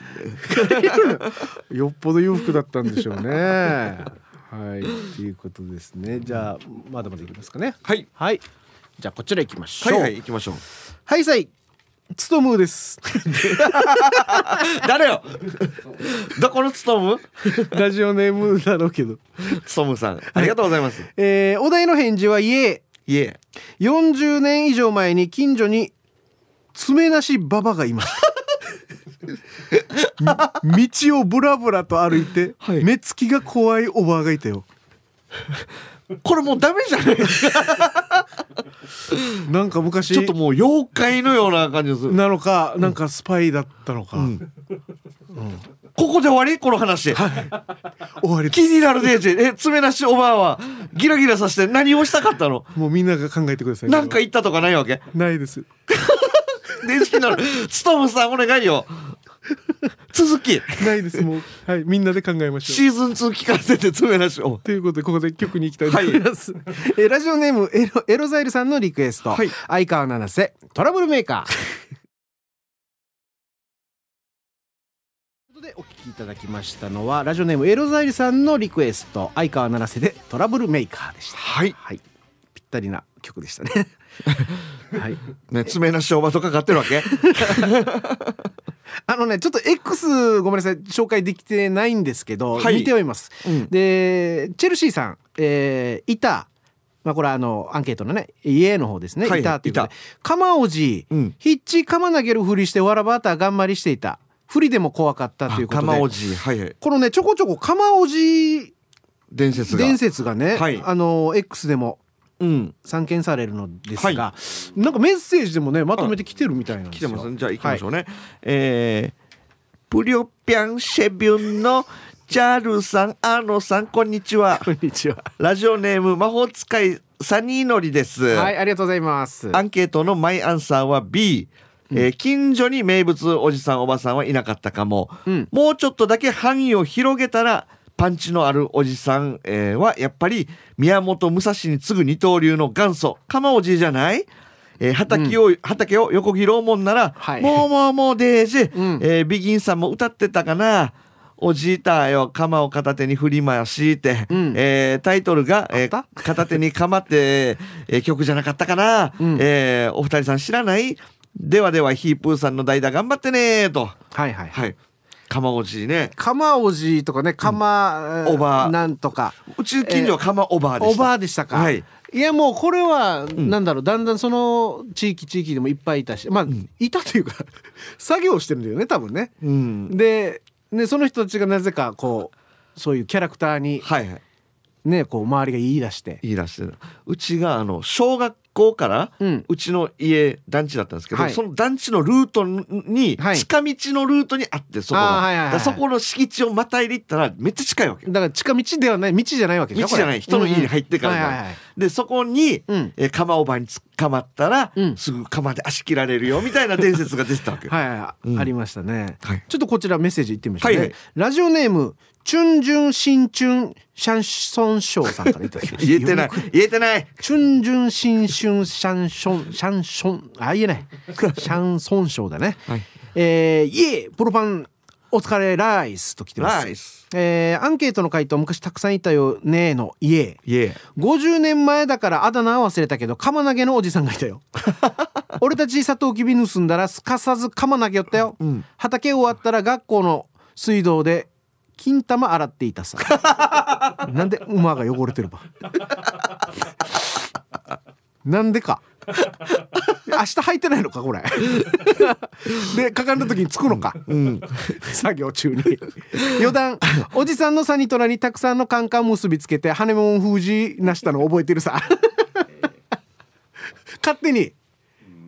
A: よっぽど裕福だったんでしょうね。 はい、ということですね。じゃあ、まだまだいきますかね。
B: はい。
A: はい。じゃあ、こちら行きましょ
B: は
A: う。
B: い
A: は、
B: はいい行きましょう。
A: はい、さい。つとむーです。
B: 誰よ。どこのつとむ？
A: ラジオネームだろうけど。
B: つとむさん。ありがとうございます。
A: えー、お題の返事は、いえ、
B: いえ。
A: 40年以上前に近所に爪なしババがいました。 み道をブラブラと歩いて、
B: はい
A: 目つきが怖いおばあがいたよ
B: これもうダメじゃない。ち
A: なんか昔
B: ょっともう妖怪のような感じでする。
A: なのかなんかスパイだったのか、
B: ここで終わりこの話。
A: 終わりです
B: 気になるデージ。え爪なしおばあはギラギラさせて何をしたかったの？
A: もうみんなが考えてください。
B: なんか言ったとかないわけ。
A: ないです。
B: デージ気になる。つとむさんお願いよ。続き。
A: ないです。もうはいみんなで考えましょう。
B: シーズン2聞かせて爪なしおばあ。
A: ということでここで曲に行きたいと思います。えーラジオネームエロエロザイルさんのリクエスト。
B: はい
A: 相川七瀬トラブルメーカー。 ということでお聞きいただきましたのはラジオネームエロザイルさんのリクエスト相川七瀬でトラブルメーカーでした。
B: はい。
A: はいぴったりな曲でした ね。はい。
B: ね、爪なしおばとか買ってるわけ
A: あのねちょっと X ごめんなさい紹介できてないんですけど、
B: はい
A: 見ております、
B: うん
A: でチェルシーさん、えー、いたまあこれはあのアンケートのね家の方ですね、
B: はい
A: い、たということで「かまおじ、
B: うん
A: ヒッチかま投げるふりしてわらばたがんまりしていたふりでも怖かった」ということで
B: 玉おじはいはい
A: このねちょこちょこかまおじ
B: 伝説が
A: 伝説がね、
B: はい
A: あの X でも
B: うん
A: 散見されるのですが、
B: は
A: なんかメッセージでもねまとめてきてるみたいなんです
B: 来て
A: よ。
B: ますねじゃあ行きましょうね、えープリョピャンシェビュンのチャールさんアーノさんこんにち は
A: はい、こんにちは。
B: ラジオネーム魔法使いサニーノリです、
A: はいありがとうございます。
B: アンケートのマイアンサーは B、えー近所に名物おじさんおばさんはいなかったかも、
A: うん
B: もうちょっとだけ範囲を広げたらパンチのあるおじさん、えーはやっぱり宮本武蔵に次ぐ二刀流の元祖釜おじいじゃない、えー畑を、畑を横切ろうもんなら、
A: はい
B: もうもうもうデージ、
A: うん
B: えービギンさんも歌ってたかなおじいたよ釜を片手に振り回して、
A: うん
B: えータイトルが、えー
A: あっ
B: 片手に構って、えー曲じゃなかったかな、
A: うん
B: えーお二人さん知らないではではヒープーさんの代打頑張ってねーと
A: はいはい。
B: はい釜おじいね
A: かまおじとかね、かま、
B: おばあ
A: なんとか。
B: うち近所は釜おばあで
A: お
B: した、
A: ばあでしたか。
B: はいい。
A: やもうこれはなんだろう、だんだんその地域地域でもいっぱいいたしまあ、いたというか 作業してるんだよね多分ね。
B: うん
A: でねその人たちがなぜかこうそういうキャラクターに
B: はいはい
A: ねこう周りが言い出して。
B: 言い出してるうちがあの小学校から、
A: う
B: うんちの家団地だったんですけど、
A: はい
B: その団地のルートに、
A: はい
B: 近道のルートにあってそこが
A: あーはいはいはい
B: だからそこの敷地をまたいでいったらめっちゃ近いわけ
A: だから近道ではない道じゃないわけでしょ
B: 道じゃない人の家に入ってから
A: うん
B: が
A: うんはいはいはい
B: でそこに、
A: うん
B: えー釜おばに捕まったら、
A: うん
B: すぐ釜で足切られるよみたいな伝説が出てたわけよ
A: はいはいはい、
B: うん
A: ありましたね、
B: はい
A: ちょっとこちらメッセージいってみましょうね、
B: はいはい
A: ラジオネームチュンジュンシンチュンシャンソンショウさんからいただきました
B: 言えてない言えてない
A: チュンジュンシンシュンシャンションシャンションあ言えないシャンソンショウだね、
B: はい
A: えー、いえプロパンお疲れライスと来てます
B: ライス
A: えーアンケートの回答昔たくさんいたよねーのイエー
B: いえ
A: 50年前だからあだ名は忘れたけど釜投げのおじさんがいたよ俺たちサトウキビ盗んだらすかさず釜投げよったよ、畑終わったら学校の水道で金玉洗っていたさなんで馬が汚れてるばなんでか 明日履いてないのか これでかかんだ時につくのか、うん、作業中に余談おじさんのサニトラにたくさんのカンカン結びつけてハネモン封じなしたの覚えてるさ 勝手に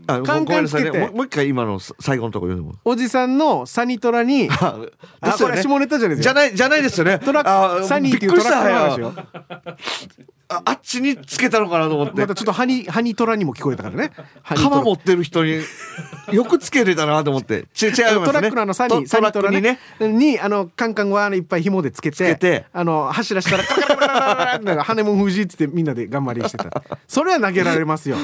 B: あご
A: カン
B: ご
A: カ
B: めん
A: ン
B: な
A: つ
B: さ
A: け
B: い
A: て
B: ねもうもう一回今のさ最後のとこ読んでも
A: おじさんのサニトラに
B: あ
A: あ
B: ですよ
A: こ
B: ね
A: れ下ネタじゃないです
B: じゃ
A: よ
B: ないじゃないですよね
A: トラッ
B: あ
A: クサニーっていう
B: び
A: ト
B: っくりし
A: ラッ
B: た
A: クの話よ
B: ああっちにつけたのかなと思って
A: またちょっとハニハニトラにも聞こえたからねハニトラ
B: 鎌持ってる人によくつけれたなと思ってち違いますね
A: トラックのあのサニー
B: トトラックにね
A: サニトラねにあのカンカンはいっぱい紐でつけて
B: けて
A: あの走らしたらカラカラカラカラカラってなるハネモン封じっつってみんなで頑張りしてたそれは投げられますよ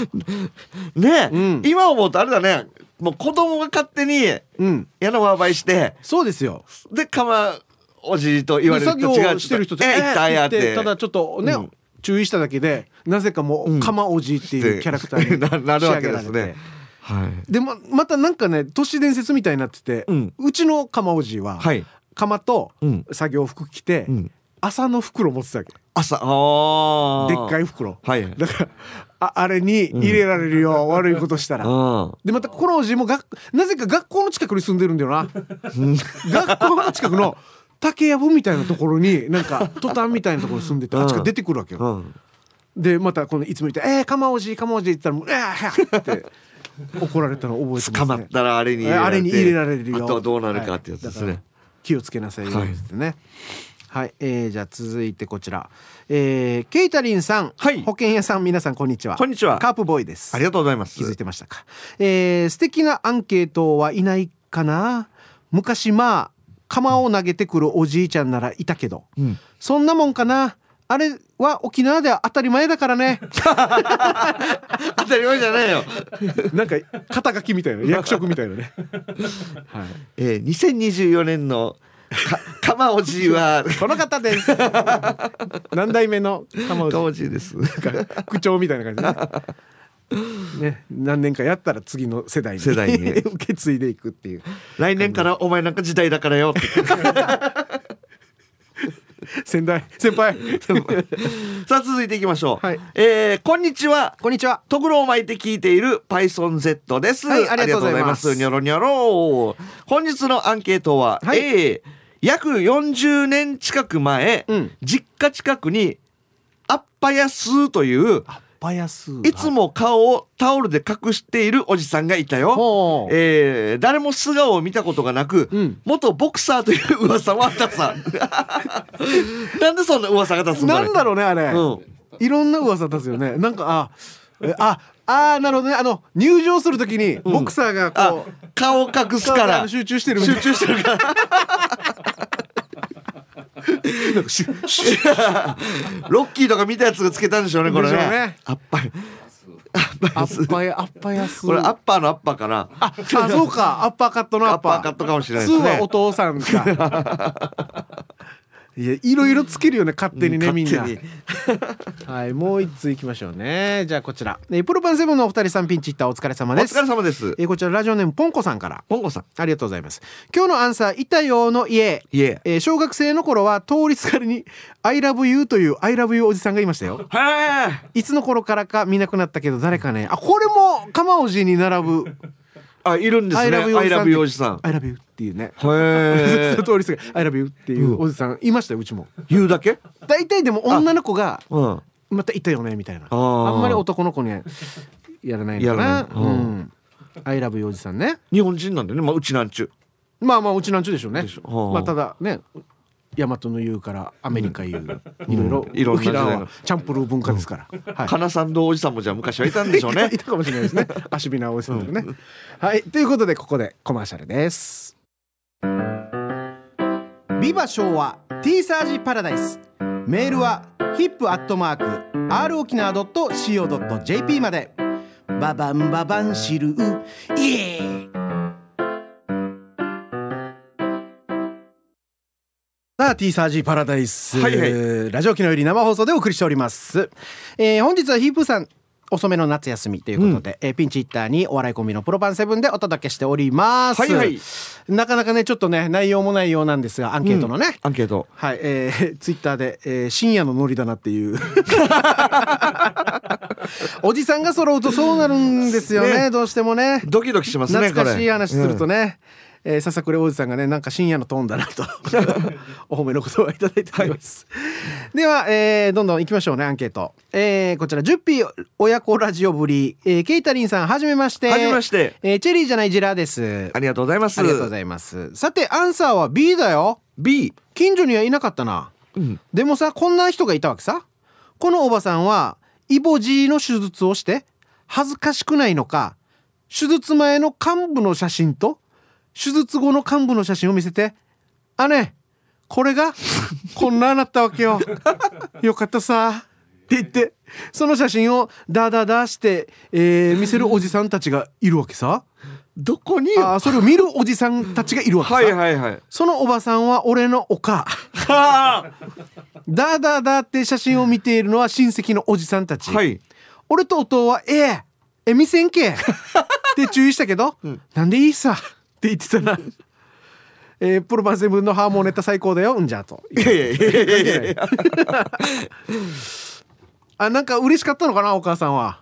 B: ね、
A: うん
B: 今思うとあれだねもう子供が勝手に
A: うん
B: 嫌なワーバイして
A: そうですよ
B: で鎌おじと言われる
A: 作業
B: と違う
A: してる人
B: え
A: えー
B: 一体やっ
A: っててただちょっとね、
B: うん
A: 注意しただけでなぜかもう、カマおじっていうキャラクターに
B: ななるわけ
A: 仕上げ
B: で
A: られ
B: す
A: て
B: ねはい
A: でもまたなんかね都市伝説みたいになってて、う
B: うん
A: ちの釜おじは、
B: はい
A: 釜と
B: うん
A: 作業服着て、
B: うん
A: 麻の袋持ってたわけ
B: 朝あ
A: でっか
B: い
A: い袋、
B: はい
A: だからああれに入れられるよ、悪いことしたら。
B: あ
A: でまたこのおじもがなぜか学校の近くに住んでるんだよな学校の近くの竹やぶみたいなところになんかトタンみたいなところに住んでてあっちから出てくるわけよ、
B: うん
A: でまたこのいつも言って「えー、かまおじかまおじ」って言ったらもう「えー、って怒られたの覚えてますね
B: 捕まったらあれに入れられて
A: あれに入れられるよ
B: あとはどうなるかってやつですね
A: だから気をつけなさいよ
B: はい
A: ってねはい、えーじゃあ続いてこちら、えーケイタリンさん、
B: はい
A: 保険屋さん皆さんこんにちは
B: こんにちは
A: カープボーイです
B: ありがとうございます
A: 気づいてましたか、えー素敵なアンケートはいないかな昔まあ釜を投げてくるおじいちゃんならいたけど、
B: ん
A: そんなもんかなあれは沖縄では当たり前だからね
B: 当たり前じゃないよ
A: なんか肩書きみたいな役職みたいなね はい
B: えー、2024年のか釜おじ は
A: この方 です何代目の釜
B: 釜
A: 内
B: おじです
A: 区長みたいな感じ ねね何年かやったら次の世代に
B: 世代にね
A: 受け継いでいくっていう
B: 来年からお前なんか時代だからよって
A: 先代先輩
B: さあ続いていきましょう、
A: はい
B: えー こんにちは
A: こんにちは
B: とぐろを巻いて聞いている PythonZ です、
A: はいありがとうございます
B: ありがとうございニョロニョロ本日のアンケートは、
A: はい
B: A 約40年近く前、
A: うん
B: 実家近くにアッパヤスーという
A: バヤス
B: いつも顔をタオルで隠しているおじさんがいたよ、
A: ほう
B: えー誰も素顔を見たことがなく、
A: うん
B: 元ボクサーという噂もあったさ なんでそんな噂が立つんだ
A: なんだろうねあれ、
B: うん
A: いろんな噂立つよねなんかあえああーなるほどねあの入場するときにボクサーが
B: あ
A: こう、
B: 顔を隠すから
A: 集中してるみたい な
B: 集中してるから
A: なんかシュッシュッ
B: ロッキーとか見たやつがつけたんでしょうねこれ
A: でしょう
B: ね
A: ね
B: アッパー
A: アッパやアッパヤス
B: これアッパーのアッパーかな
A: あ、あそうか、アッパーカットのア
B: アッ
A: ッ
B: パ
A: パー。
B: ーカットかもしれない
A: ツ
B: です
A: ーは
B: ね
A: お父さんか。 いや、いろいろつけるよね、勝手にね、みんな
B: 勝。手に
A: はい、もう一通いきましょうね。じゃあ、こちら、えープロパンセブンのお二人さんピンチいったお疲れ様
B: お
A: です
B: 疲。れ様です
A: えーこちらラジオネームポンコさんから。
B: ポンコさん
A: ありがとうございます。今日のアンサー、いたよの家。
B: いえ
A: えー小学生の頃は通りすがりに「ILOVEYOU」という「ILOVEYOU」おじさんがいましたよ
B: はい
A: つの頃からか見なくなったけど誰かねあこれも釜おじに並ぶ
B: あいるんですねアイラブ
A: ILOVEYOU
B: お
A: お
B: じ
A: じさ
B: さ
A: ん
B: ん
A: って ILOVEYOU っていうね
B: へえ
A: ずっと通り過ぎ「I love you」っていうおじさんいましたようちも
B: 言うだけ
A: 大体でも女の子が
B: うん
A: 「またいたよね」みたいな
B: あ
A: あ
B: ー
A: んまり男の子にはやらないのか
B: やら
A: な
B: ないううん
A: ん「I love you」おじさんね
B: 日本人なんだよねまあうちなんちゅう
A: まあまあうちなんちゅうでしょうね
B: でしょあー
A: まあただね大和の言うからアメリカ言ういろ
B: い
A: い
B: ろ
A: ろ
B: んな時
A: 沖
B: 代が
A: 縄はチャンプルー文化ですからはい
B: かなさんのおじさんもじゃあ昔はいたんでしょうね
A: いたかもしれないですね。足びなおじさんとかね。はい、ということで、ここでコマーシャルです。ビバ昭和 T サージパラダイス。メールは hip アットマーク r 沖縄ドット co ドット jp まで。ババンババンシルウイエーイ。さあ T サージパラダイス、
B: はいはい
A: えーラジオ機のより生放送でお送りしております、えー本日はヒープーさん遅めの夏休みということで、えーピンチヒッターにお笑いコンビのプロパンセブンでお届けしております
B: はいはい
A: なかなかねちょっとね内容もないようなんですがアンケートのね、
B: アンケート
A: はい、えー、 ツイッターで、えー深夜のノリだなって いうおじさんが揃うとそうなるんですよね
B: ね
A: どうしてもね
B: ドキドキしますね
A: 懐かしい話すると
B: ね、
A: ね、えー、ささくれおじさんがねなんか深夜のトーンだ なとお褒めの言葉をいただいております、では、えーどんどん行きましょうねアンケート、えーこちら10ピ親子ラジオぶり、えーケイタリンさんはじめまして
B: はじめまして
A: えーチェリーじゃないジラーです
B: ありがとうございます
A: ありがとうございますさてアンサーは B だよ
B: B
A: 近所にはいなかったな、でもさこんな人がいたわけさこのおばさんはイボジーの手術をして恥ずかしくないのか手術前の幹部の写真と手術後の幹部の写真を見せて「姉これがこんななったわけ よよかったさ」って言ってその写真をダダダして、えー見せるおじさんたちがいるわけさ
B: どこに
A: あーそれを見るおじさんたちがいるわけさ、
B: はいは いはい
A: そのおばさんは俺のお か
B: は
A: だだだって写真を見ているのは親戚のおじさんたち、
B: はい
A: 俺と弟は「えええ見せんけ」って注意したけ ど「なんでいいさ」って言ってたら「えープロマンセブンのハーモネタ最高だようんじゃ」と
B: いやいやいやいやいや
A: あなんか嬉しかったのかなお母さんは、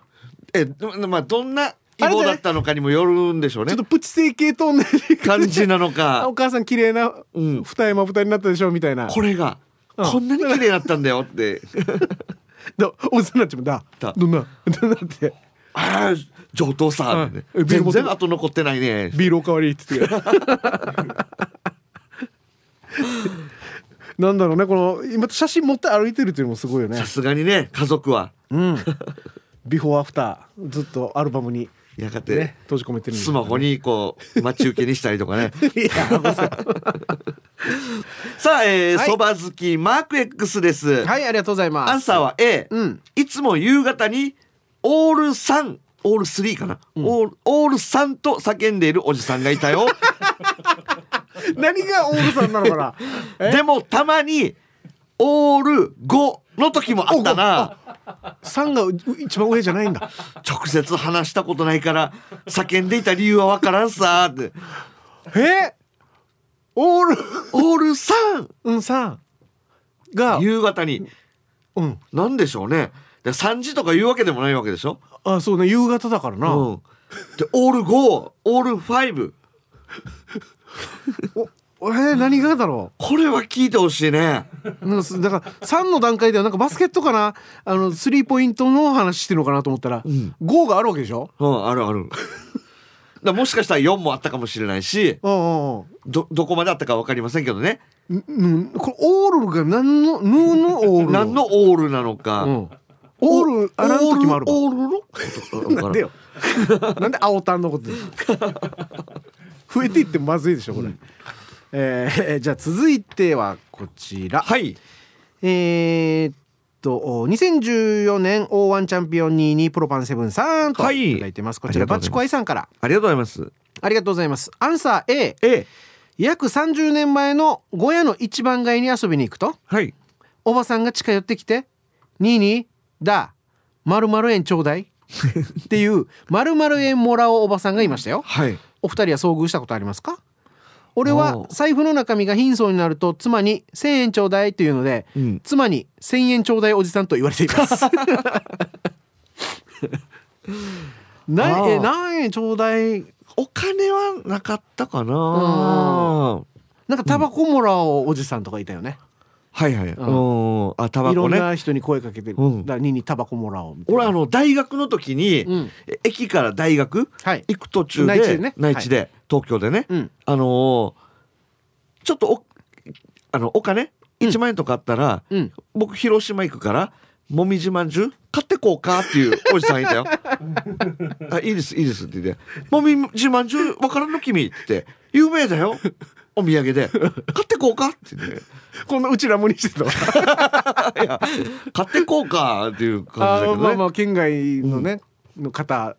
B: えどまあどんなイボだったのかにもよるんでしょう
A: ちょ
B: ね
A: っとプチ整形と同じ
B: 感じな の
A: あ
B: か
A: お母さん綺麗な
B: うん
A: 二重まぶたになったでしょみたいな
B: これが
A: うん
B: こんなに綺麗だったんだよ って
A: だおじさんたちもだ
B: だ
A: どんなどんなって
B: ああ上等さ
A: うん
B: 全然後残ってないね
A: ビールおかわりって言ってなんだろうねこの今写真持って歩いてるっていうのもすごいよね
B: さすがにね家族は
A: うんビフォーアフターずっとアルバムに
B: やがて
A: ね閉じ込めてるんだ
B: スマホにこう待ち受けにしたりとかね
A: いやまさか
B: さあ えー
A: はい
B: そば好きマーク X です
A: はいありがとうございます
B: アンサーは A
A: うん
B: いつも夕方にオール3オール3かな、オールオール3と叫んでいるおじさんがいたよ
A: 何がオールさんなのかな え
B: でもたまにオール5の時もあったな
A: さんがう一番上じゃないんだ
B: 直接話したことないから叫んでいた理由はわからんさーって
A: えオール
B: オール3
A: うんさんが
B: 夕方に
A: うん
B: 何でしょうねで3時とか言うわけでもないわけでしょ、
A: あそうね夕方だから
B: う
A: な、
B: ん、でオール5オール5
A: おえー何がだろう
B: これは聞いてほしいね
A: なんかすだから3の段階ではなんかバスケットかなあのスリーポイントの話してるのかなと思ったら、5があるわけでしょ
B: うんあるあるだからもしかしたら4もあったかもしれないし
A: うんうん
B: どどこまであったか分かりませんけどね
A: うんうんこれオールが何のヌーのオール
B: 何のオールなのか、
A: うん、オール洗う時もあるわ
B: オールオールの
A: なんで よなんで青タンのことで増えていってまずいでしょこれ、えーじゃあ続いてはこちら
B: はい
A: えーっとお2014年 O1 チャンピオン22プロパンセブンさんと
B: はい
A: いただいてます、こちら
B: ありが
A: バ
B: とうございます
A: チコアイさんから
B: ありがとうございます
A: ありがとうございます。アンサー A。
B: A
A: 約30年前の小屋の一番街に遊びに行くと、
B: はい
A: おばさんが近寄ってきて、にーにー、だ、まるまる円ちょうだい。っていう、まるまる円もらおうおばさんがいましたよ。
B: はい
A: お二人は遭遇したことありますか俺
B: お
A: は
B: う
A: 財布の中身が貧相になると妻に1000円ちょうだいというので、
B: うん
A: 妻に1000円ちょうだいおじさんと言われています。
B: あ
A: 何
B: ー
A: え何円ちょうだい
B: お金はなかったかなはい
A: なんかタバコもらおうおじさんとかいたよね。
B: はいうんあタバ
A: いろ
B: コ
A: ん
B: ね
A: な人に声かけてる、
B: うん
A: だににタバコもらおうみたいな
B: 俺あの大学の時に、
A: うん
B: え駅から大学
A: はい
B: 行く途中で
A: 内地でね
B: 内地で東京でね、
A: うん
B: あのーちょっとおあのお金
A: うん
B: 1万円とかあったら、
A: うん
B: 僕広島行くからもみじまんじゅう買ってこうかっていうおじさ んいたよ。あいいですいいですって言って「もみじまんじゅうわからんの君」って言って「有名だよお土産で買ってこうか」って言って
A: こんなうちらもにしてた
B: 「 いや買ってこうか」っていう感
A: あ
B: じだけ
A: ー
B: どね。
A: まあまあ県外のね、の方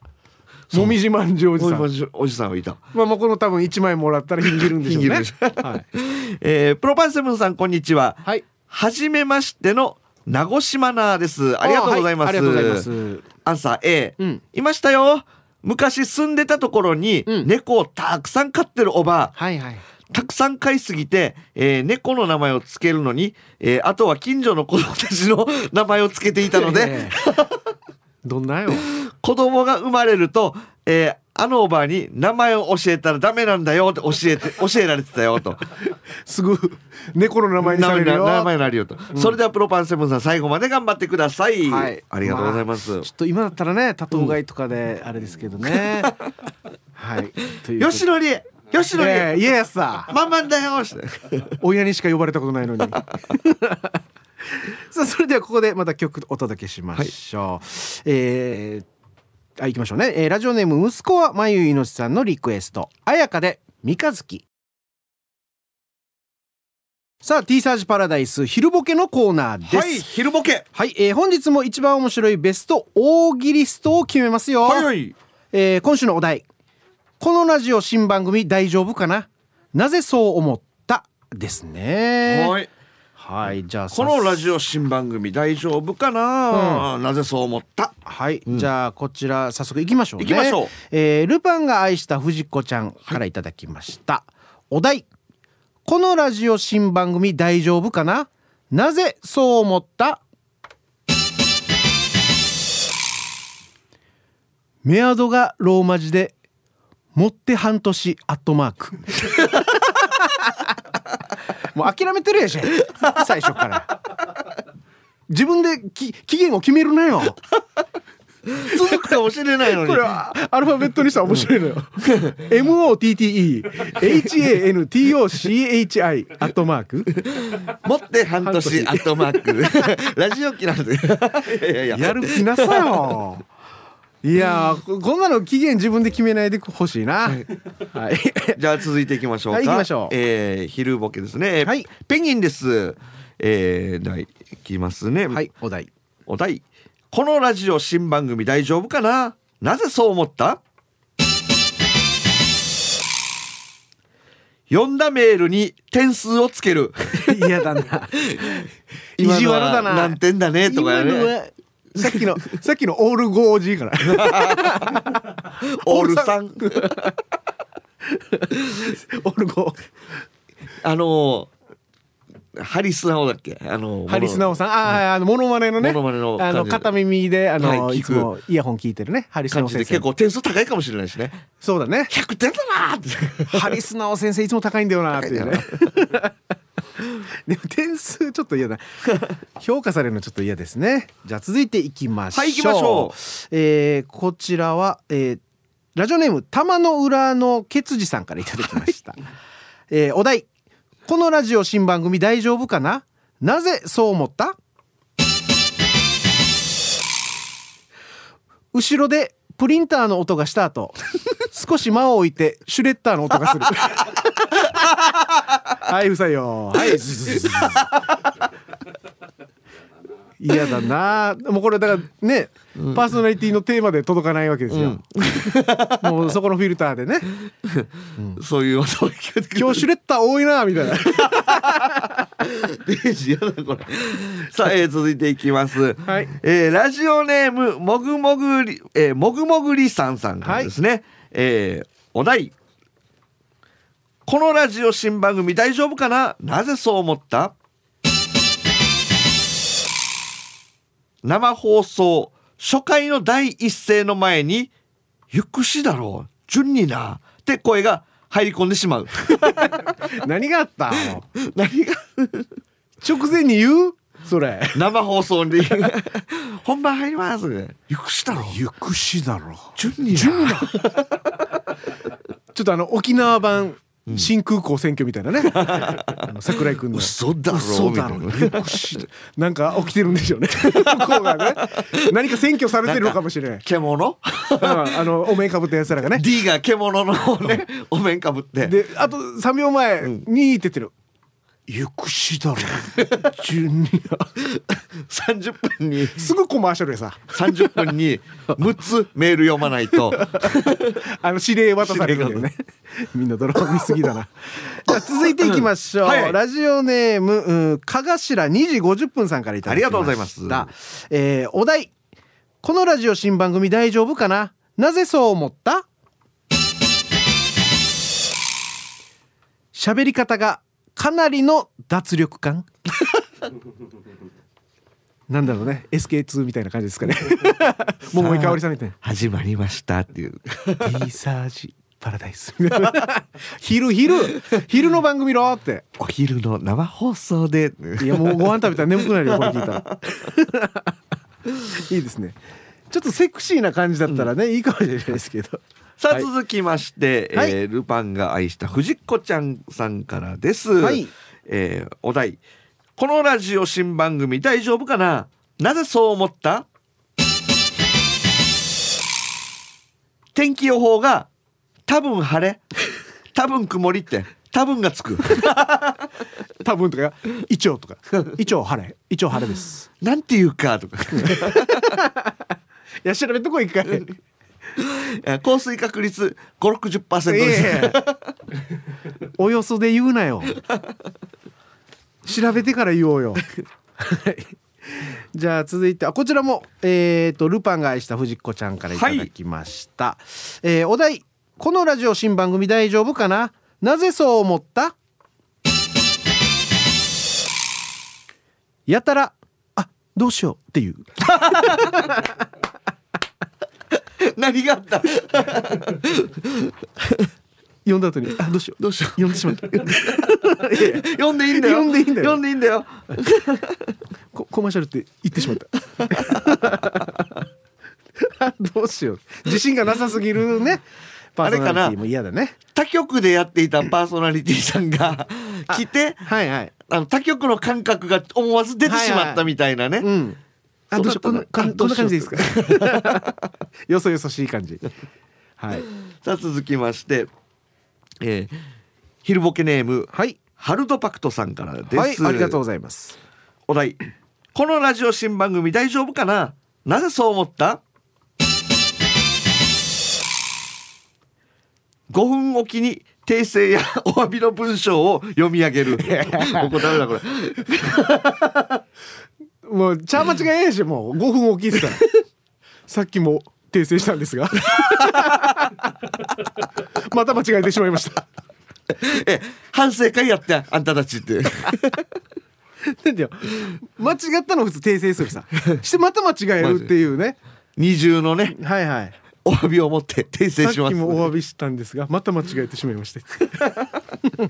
A: もみじまんじゅうおじ
B: もみ
A: さ
B: じまん
A: ん
B: じゅうおじさんはいた。
A: まあまあこの多分1枚もらったらひんぎるんでしょうね
B: ひんぎる
A: はい、
B: えープロパンセブンさんこんにちは。
A: はい
B: はじめましての名護島なです。ありがとうございます。
A: あーはいありがとうございます
B: アンサー A、
A: うん
B: いましたよ。昔住んでたところに
A: うん
B: 猫をたくさん飼ってるおばあ、
A: はいはい。
B: たくさん飼いすぎて、えー猫の名前をつけるのに、えーあとは近所の子供たちの 名前をつけていたので、
A: ええ。どんなよ。
B: 子供が生まれると、えーあのおばあに名前を教えたらダメなんだよって教えて、教えられてたよと。
A: すぐ猫の名前にさ
B: 名
A: れ
B: 前
A: るよ。
B: 名前になるよと、それではプロパンセブンさん最後まで頑張ってください、
A: はい
B: ありがとうございます、
A: ちょっと今だったらね多頭飼いとかであれですけどね、 はいということで
B: 吉野里吉野里、
A: ねえいやいやさ
B: ママンだよして
A: 親にしか呼ばれたこと ないのにさあそれではここでまた曲お届けしましょう、えーあ行きましょうね、えーラジオネーム息子はまゆいのしさんのリクエスト綾香で三日月さあ T サージパラダイス昼ボケのコーナーです、
B: はい昼ボケ
A: はい、えー本日も一番面白いベスト大喜利リストを決めますよ、
B: はいはい
A: えー今週のお題このラジオ新番組大丈夫かななぜそう思ったですね
B: はい
A: はいじゃあ
B: このラ
A: ジ
B: ジオ新番組大丈夫かな、なぜそう思った
A: オはい、じゃあこちら早速いきましょうね
B: 行きましょう
A: えールパンが愛した藤子ちゃんからいただきました、お題このラジオ新番組大丈夫かななぜそう思ったメアドがローマ字で持って半年アットマーク もう諦めてるやし最初から自分でき期限を決めるなよ
B: 続くかもしれないのに
A: これはアルファベットにしたら面白いのよ MOTTEHANTOCHI アットマーク
B: 持って半年
A: 半
B: 後マーク ラジオ機 なんでいやいやいや
A: やる気なさよいやーここんなの期限自分で決めないでほしいなはい
B: じゃあ続いていきましょうか。
A: はい行きましょう
B: えー昼ボケですね。
A: はい
B: ペンギンです。えー、ではいきますね。
A: はいお題
B: お題このラジオ新番組大丈夫かななぜそう思った読んだメールに点数をつける
A: 嫌だな 意地悪だな
B: 今のは何点だねとか
A: 今の
B: ね
A: はさっきのさっきのオール 5G から
B: オールさん
A: オール5
B: あのーハリスナオだっけあのー
A: ハリスナオさん、ああ、あのモノマネのね、
B: モノマネの
A: あ
B: 感
A: の
B: じ
A: 片耳で、あの、、
B: はいい
A: つ
B: 聞く
A: もイヤホン聞いてるね、ハリスナ
B: 感
A: オ
B: じで
A: 先
B: 結
A: 生。
B: 構点数高いかもしれないしね
A: そうだね。
B: 100点だなーって
A: ハリスナオ先生いつも高いんだよなっていうね。でも点数ちょっと嫌だ。評価されるのちょっと嫌ですね。じゃあ続いていきましょう。
B: はい行きましょ
A: えーこちらは、えーラジオネーム玉の裏のケツジさんからいただきました。えーお題このラジオ新番組大丈夫かな？なぜそう思った？後ろでプリンターの音がした 後少し間を置いてシュレッダーの音がするはいうさいよはいズズズズズ嫌だなもうこれだからね、パーソナリティのテーマで届かないわけですよ、 もうそこのフィルターでね
B: そういう音を聞こえてくる
A: 今日シュレッダー多いなみたい な
B: ページやだこれ。さあ、えー続いていきます。
A: はい
B: えーラジオネームもぐもぐり、えーもぐもぐりさんさんからですね。えーお題。このラジオ新番組大丈夫かななぜそう思った生放送初回の第一声の前に「ゆくしだろう順にな」って声が入り込んでしまう
A: 何があったもう
B: 何が
A: 直前に言うそれ
B: 生放送に 本番入りますゆくしだろ
A: ゆくしだろ
B: 順にな
A: ちょっとあの沖縄版新空港選挙みたい なね、あの桜井君の
B: 嘘だろ
A: 嘘だろ
B: みたい
A: よしなんか起きてるんでしょうね向こうがね何か選挙されてるのかもしれない
B: 獣
A: うんあのお面かぶったやつらがね
B: D が獣のねお面かぶって
A: であと3秒前にって言ってる「ゆくし だろジュニア
B: 30分に
A: すぐコマーシャルやさ
B: 30分に6つメール読まない と
A: あの指令渡されるんだよねみんなドラマ見すぎだな じゃあ続いていきましょう、
B: はいはい
A: ラジオネームうんかがしら2時50分さんからいただきました
B: ありがとうございます
A: えーお題このラジオ新番組大丈夫かななぜそう思った喋り方がかなりの脱力 感なんだろうね SK2 みたいな感じですかね桃井か おりさんみたいな
B: 始まりましたっ ていう
A: 「リサージパラダイス」昼昼昼の番組ろって
B: お昼の生放送で
A: いやもうご飯食べたら眠くなるよこれ聞いたらいいですねちょっとセクシーな感じだったらね、いいかもしれないですけど
B: さ
A: は
B: あ
A: い
B: 続きまして、
A: はい
B: えールパンが愛した藤子ちゃんさんからです、
A: はい
B: えーお題「このラジオ新番組大丈夫かななぜそう思った?」天気予報が「多分 晴れ」「多分曇り」って「多分」がつく
A: 多分とか「一応」とか「一応晴れ一応晴れです
B: なんていう かとか」
A: いや調べとこ一回い
B: えー降水確率560%
A: やい
B: です、
A: やいや およそで言うなよ調べてから言おうよはいじゃあ続いてあこちらもえっ、とルパンが愛した藤子ちゃんからいただきました、えーお題「このラジオ新番組大丈夫かななぜそう思った?」やたら「あどうしよう」っていう
B: 何があった
A: 呼んだ後に「あどうしようどうしよう」呼んでしま ったいやいや
B: 読んでいいんだよ
A: 読んでいいんだよ
B: 読んでいいんだよ
A: ココマーシャルって言ってしまったあ どうしよう自信がなさすぎるねパーソナリティも嫌だね
B: 他局でやっていたパーソナリティさんが来て
A: はいはい
B: あの他局の感覚が思わず出てしまったみたいなね、
A: うんあ
B: そう
A: どうしよ
B: だっ
A: うこ
B: た
A: ん
B: ん
A: な
B: だ
A: こんこんな
B: あどうし
A: 感じで
B: よう
A: いいですかよそよそしい感じはい
B: さあ続きましてえー、ヒルボケネーム
A: はい
B: ハルドパクトさんからです、
A: はいありがとうございます
B: お題このラジオ新番組大丈夫かななぜそう思った5分おきに訂正やお詫びの文章を読み上 げるここダメだこれ
A: もう茶間違えんしもう5分おき ですからさっきも訂正したんです がまた間違えてしまいました
B: え反省会やってあんたたち って
A: なんだよ間違ったのを普通訂正する さしてまた間違えるっていうね
B: 二重のね
A: はいはい
B: お詫びを持って訂正
A: さっ
B: し
A: き
B: ます
A: もお詫びしたんですがまた間違えてしまいました、 はい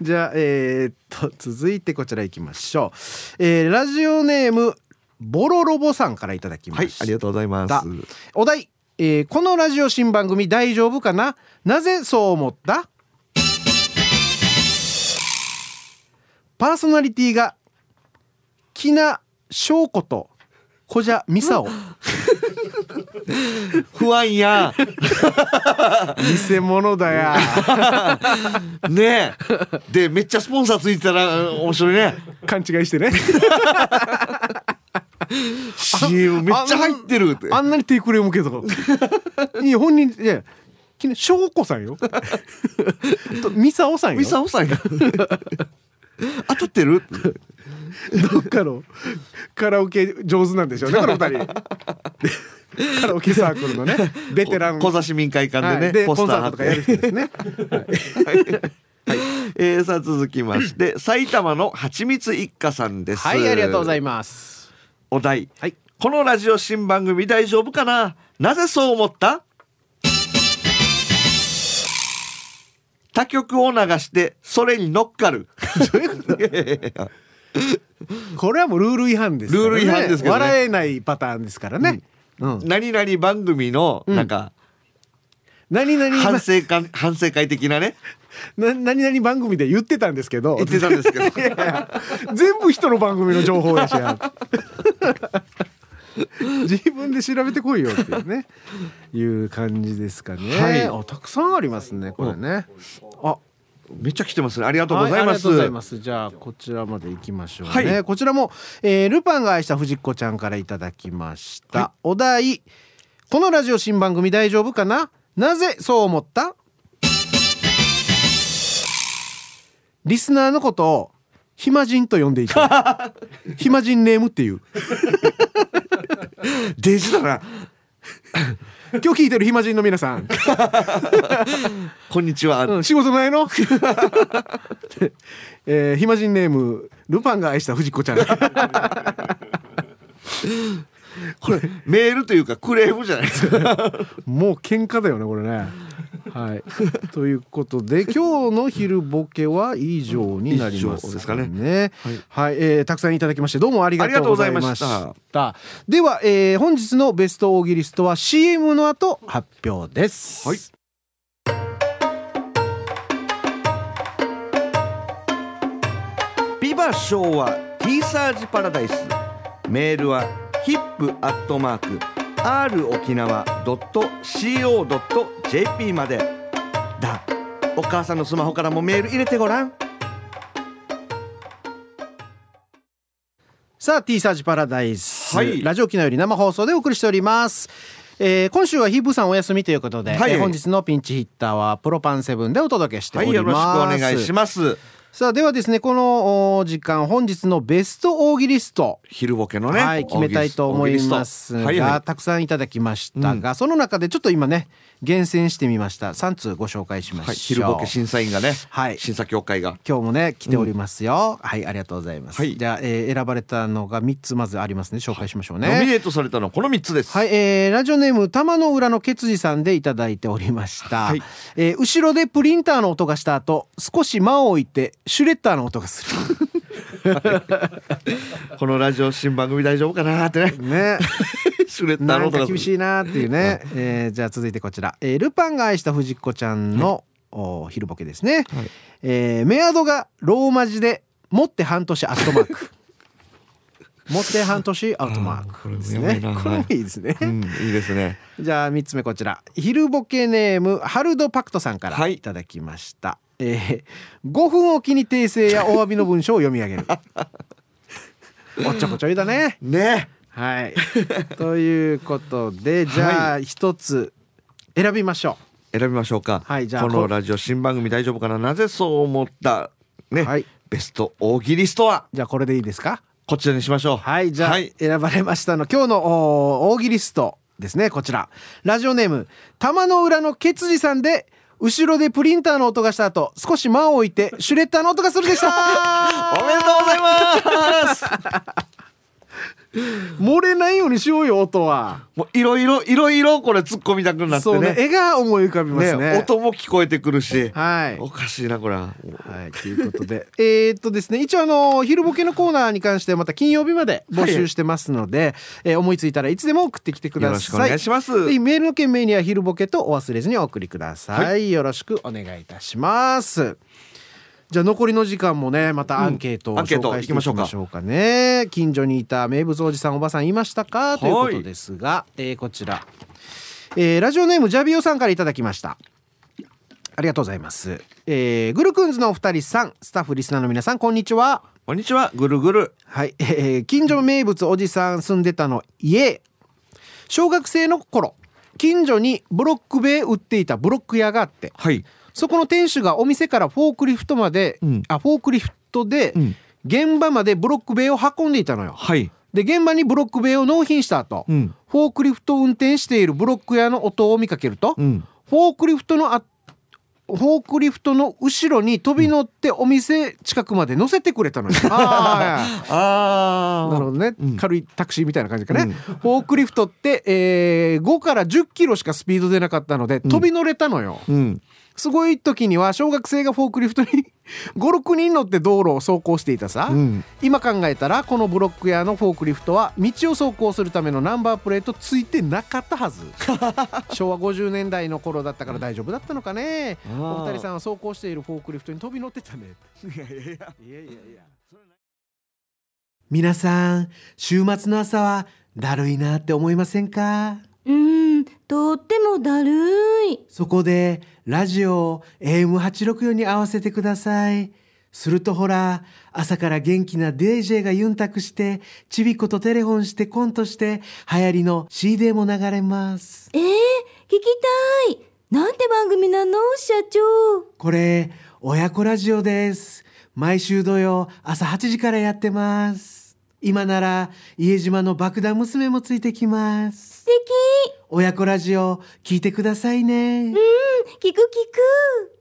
A: じゃあえーっと続いてこちらいきましょう、えーラジオネームボロロボさんからいただきま
B: はい
A: した、
B: ありがとうございます
A: だお題、えーこのラジオ新番組大丈夫かななぜそう思ったパーソナリティが木名翔子と小じゃ美沙を
B: 不安や
A: 偽物だや
B: ねえでめっちゃスポンサーついてたら面白いね
A: 勘違いしてね
B: CM めっちゃ入ってるって
A: あんなに手くれ向けとかいや本人いや木名翔子さ んよと美沙さんよ
B: ミサ オさんが当たってる
A: どっかのカラオケ上手なんでしょうねこの 二人カラオケサークルのねベテラン
B: 小座市民会館
A: はい
B: でねポ
A: コ
B: ス
A: ン
B: タ
A: サー
B: ー
A: ト
B: 貼
A: と
B: っ
A: かや
B: て
A: る人ですね
B: えーさあ続きまして埼玉のはちみつ一家さんです
A: はいありがとうござ
B: いま
A: いま
B: す
A: す
B: お題
A: はい
B: このラジオ新番組大丈夫かななぜそう思った他曲を流してそれに乗っかる
A: これはもうルール違反ですからね
B: ルール違反ですけどね
A: 笑えないパターンですからねうん
B: 何々番組のなんか
A: 何々
B: 反省会、反省会的なね
A: な何々番組で言ってたんですけど
B: 言ってたんですけど
A: 全部人の番組の情報やしや 自分で調べてこいよっていうねいう感じですかね、
B: はい
A: あたくさんありますねこれね、あ
B: めっちゃ来てますねありがとうござい
A: はあり
B: ま
A: が
B: す
A: とうございます。じゃあこちらまで行きましょうね。
B: はい
A: こちらも、えールパンが愛した藤子ちゃんからいただきました。お題このラジオ新番組大丈夫かな？なぜそう思った？リスナーのことを暇人と呼んでいた。 暇人ネームっていう。
B: デジだな
A: 今日聞いてる暇人の皆さん、
B: こんにちは、
A: うん、仕事 ないの、えー、暇人ネームルパンが愛した藤子 ちゃん
B: これメールというかクレームじゃないですか
A: もう喧嘩だよねこれねはいということで今日の昼ボケは以上になります
B: 以上ですかね
A: ねはい、えーたくさんいただきましてどうもありがとうございました
B: ありがとうございま
A: では、えー本日のベスト大喜利ストは CM の後発表です、
B: はいビバ昭和ティーサージパラダイスメールはヒップアットマーク r 沖縄 .co.jp までだお母さんのスマホからもメール入れてごらん
A: さあ T サージパラダイス、
B: はい
A: ラジオ機能より生放送でお送りしております、えー今週はヒープーさんお休みということで、
B: はい
A: えー本日のピンチヒッターはプロパンセブンでお届けしてお
B: は
A: り
B: い
A: ます、
B: よろしくお願いします
A: さあではですねこのお時間本日のベスト大喜利スト
B: 昼ボケのね、
A: はい、決めたいと思います
B: オ
A: が、
B: ーギリストはいはい
A: たくさんいただきましたが、その中でちょっと今ね厳選してみました3通ご紹介しましょう、
B: はい、昼ボケ審査員がね、
A: はい
B: 審査協会が
A: 今日もね来ておりますよ、はいありがとうございます、
B: はい
A: じゃあ、えー選ばれたのが3つまずありますね紹介しましょうね、
B: ノミネートされたのはこの3つです、
A: はい、えーラジオネーム玉の裏の決事さんでいただいておりました、
B: はい
A: えー後ろでプリンターの音がした後少し間を置いてシュレッダーの音がす
B: このラジオ新番組大丈夫かなーってね
A: るね
B: シュレッ
A: な
B: ダーの
A: ん
B: 音
A: か
B: が
A: 厳しいなっていうね、えーじゃあ続いてこちら、えールパンが愛した藤子ちゃんの、お昼ボケですね、
B: はい
A: えーメアドがローマ字で持って半年アットマー ク持って半年アットマークです
B: あ
A: ね
B: ーこれもやばいな
A: これもいいですね、
B: うん、いいですね
A: じゃあ3つ目こちら昼ボケネームハルドパクトさんか
B: は
A: ら
B: い
A: いただきました、えー、5分おきに訂正やお詫びの文章を読み上げ るおっちょこちょいだね
B: ね
A: はい ということでじゃあ一つ選びましょ
B: 選びましょうか、
A: はいじゃあ
B: このラジオ新番組大丈夫かななぜそう思ったね、
A: はい
B: ベスト大喜利ストア
A: うじゃあこれでいいですか
B: こちらにしましょう
A: はいじゃあ
B: はい、
A: 選ばれましたの今日のおー大喜利ストですねこちらラジオネーム玉の裏のケツジさんで後ろでプリンターの音がした後少し間を置いてシュレッダーの音がするでした
B: おめでとうございます
A: 漏れないようにしようよ音は、
B: もういろいろいろいろこれ突っ込みたくなって
A: そうね
B: ね
A: 絵が思い浮かびますね
B: ね音も聞こえてくるし、
A: はい
B: おかしいなこれは
A: はい、ということで えーっとですね一応あの昼ボケのコーナーに関してはまた金曜日まで募集してますので、えー思いついたらいつでも送ってきてく
B: よ
A: だ
B: ろしくお
A: さい
B: 願いします
A: でメールの件名には昼ボケとお忘れずにお送りください、
B: は
A: よろしくお願いいたしますじゃあ残りの時間もねまたアンケートを
B: うんアンケート
A: 紹介していきましょうか,、
B: 行きまし
A: ね近所にいた名物おじさんおばさんいましたかということですが、えーこちら、えーラジオネームジャビオさんからいただきましたありがとうございます、えーグルクンズのお二人さんスタッフリスナーの皆さんこんにちは
B: こんにちはぐるぐる
A: はい、えー近所の名物おじさん住んでたの家小学生の頃近所にブロック塀売っていたブロック屋があって
B: はい
A: そこの店主がお店からフォークリフトまで、
B: うん
A: あフォークリフトで、
B: うん
A: 現場までブロック塀を運んでいたのよ
B: はい
A: で現場にブロック塀を納品した後、
B: うん
A: フォークリフトを運転しているブロック屋の音を見かけると、
B: うん
A: フォークリフトのあフォークリフトの後ろに飛び乗ってお店近くまで乗せてくれた のよ。あー
B: あー
A: なるほどね、
B: うん
A: 軽いタクシーみたいな感じかね、
B: うん
A: フォークリフトって、えー5から10キロしかスピード出なかったので飛び乗れたのよ、
B: うん
A: すごい時には小学生がフォークリフトに 56人乗って道路を走行していたさ、
B: うん
A: 今考えたらこのブロック屋のフォークリフトは道を走行するためのナンバープレートついてなかった はず昭和50年代の頃だったから大丈夫だったのかね
B: あー
A: お二人さんは走行しているフォークリフトに飛び乗ってたね
B: いやいやいや
A: いやいやいや皆さん週末の朝はだるいなって思いませんか
E: うーん、とってもだるい。
A: そこでラジオを AM864 に合わせてくださいするとほら朝から元気な DJ がユンタクしてちびことテレフォンしてコントして流行りの CD も流れます
E: えー、聞きたい。なんて番組なの、社長。
A: これ親子ラジオです毎週土曜朝8時からやってます今なら家島の爆弾娘もついてきます
E: 素敵。
A: 親子ラジオ聞いてくださいね。
E: 聞く聞く。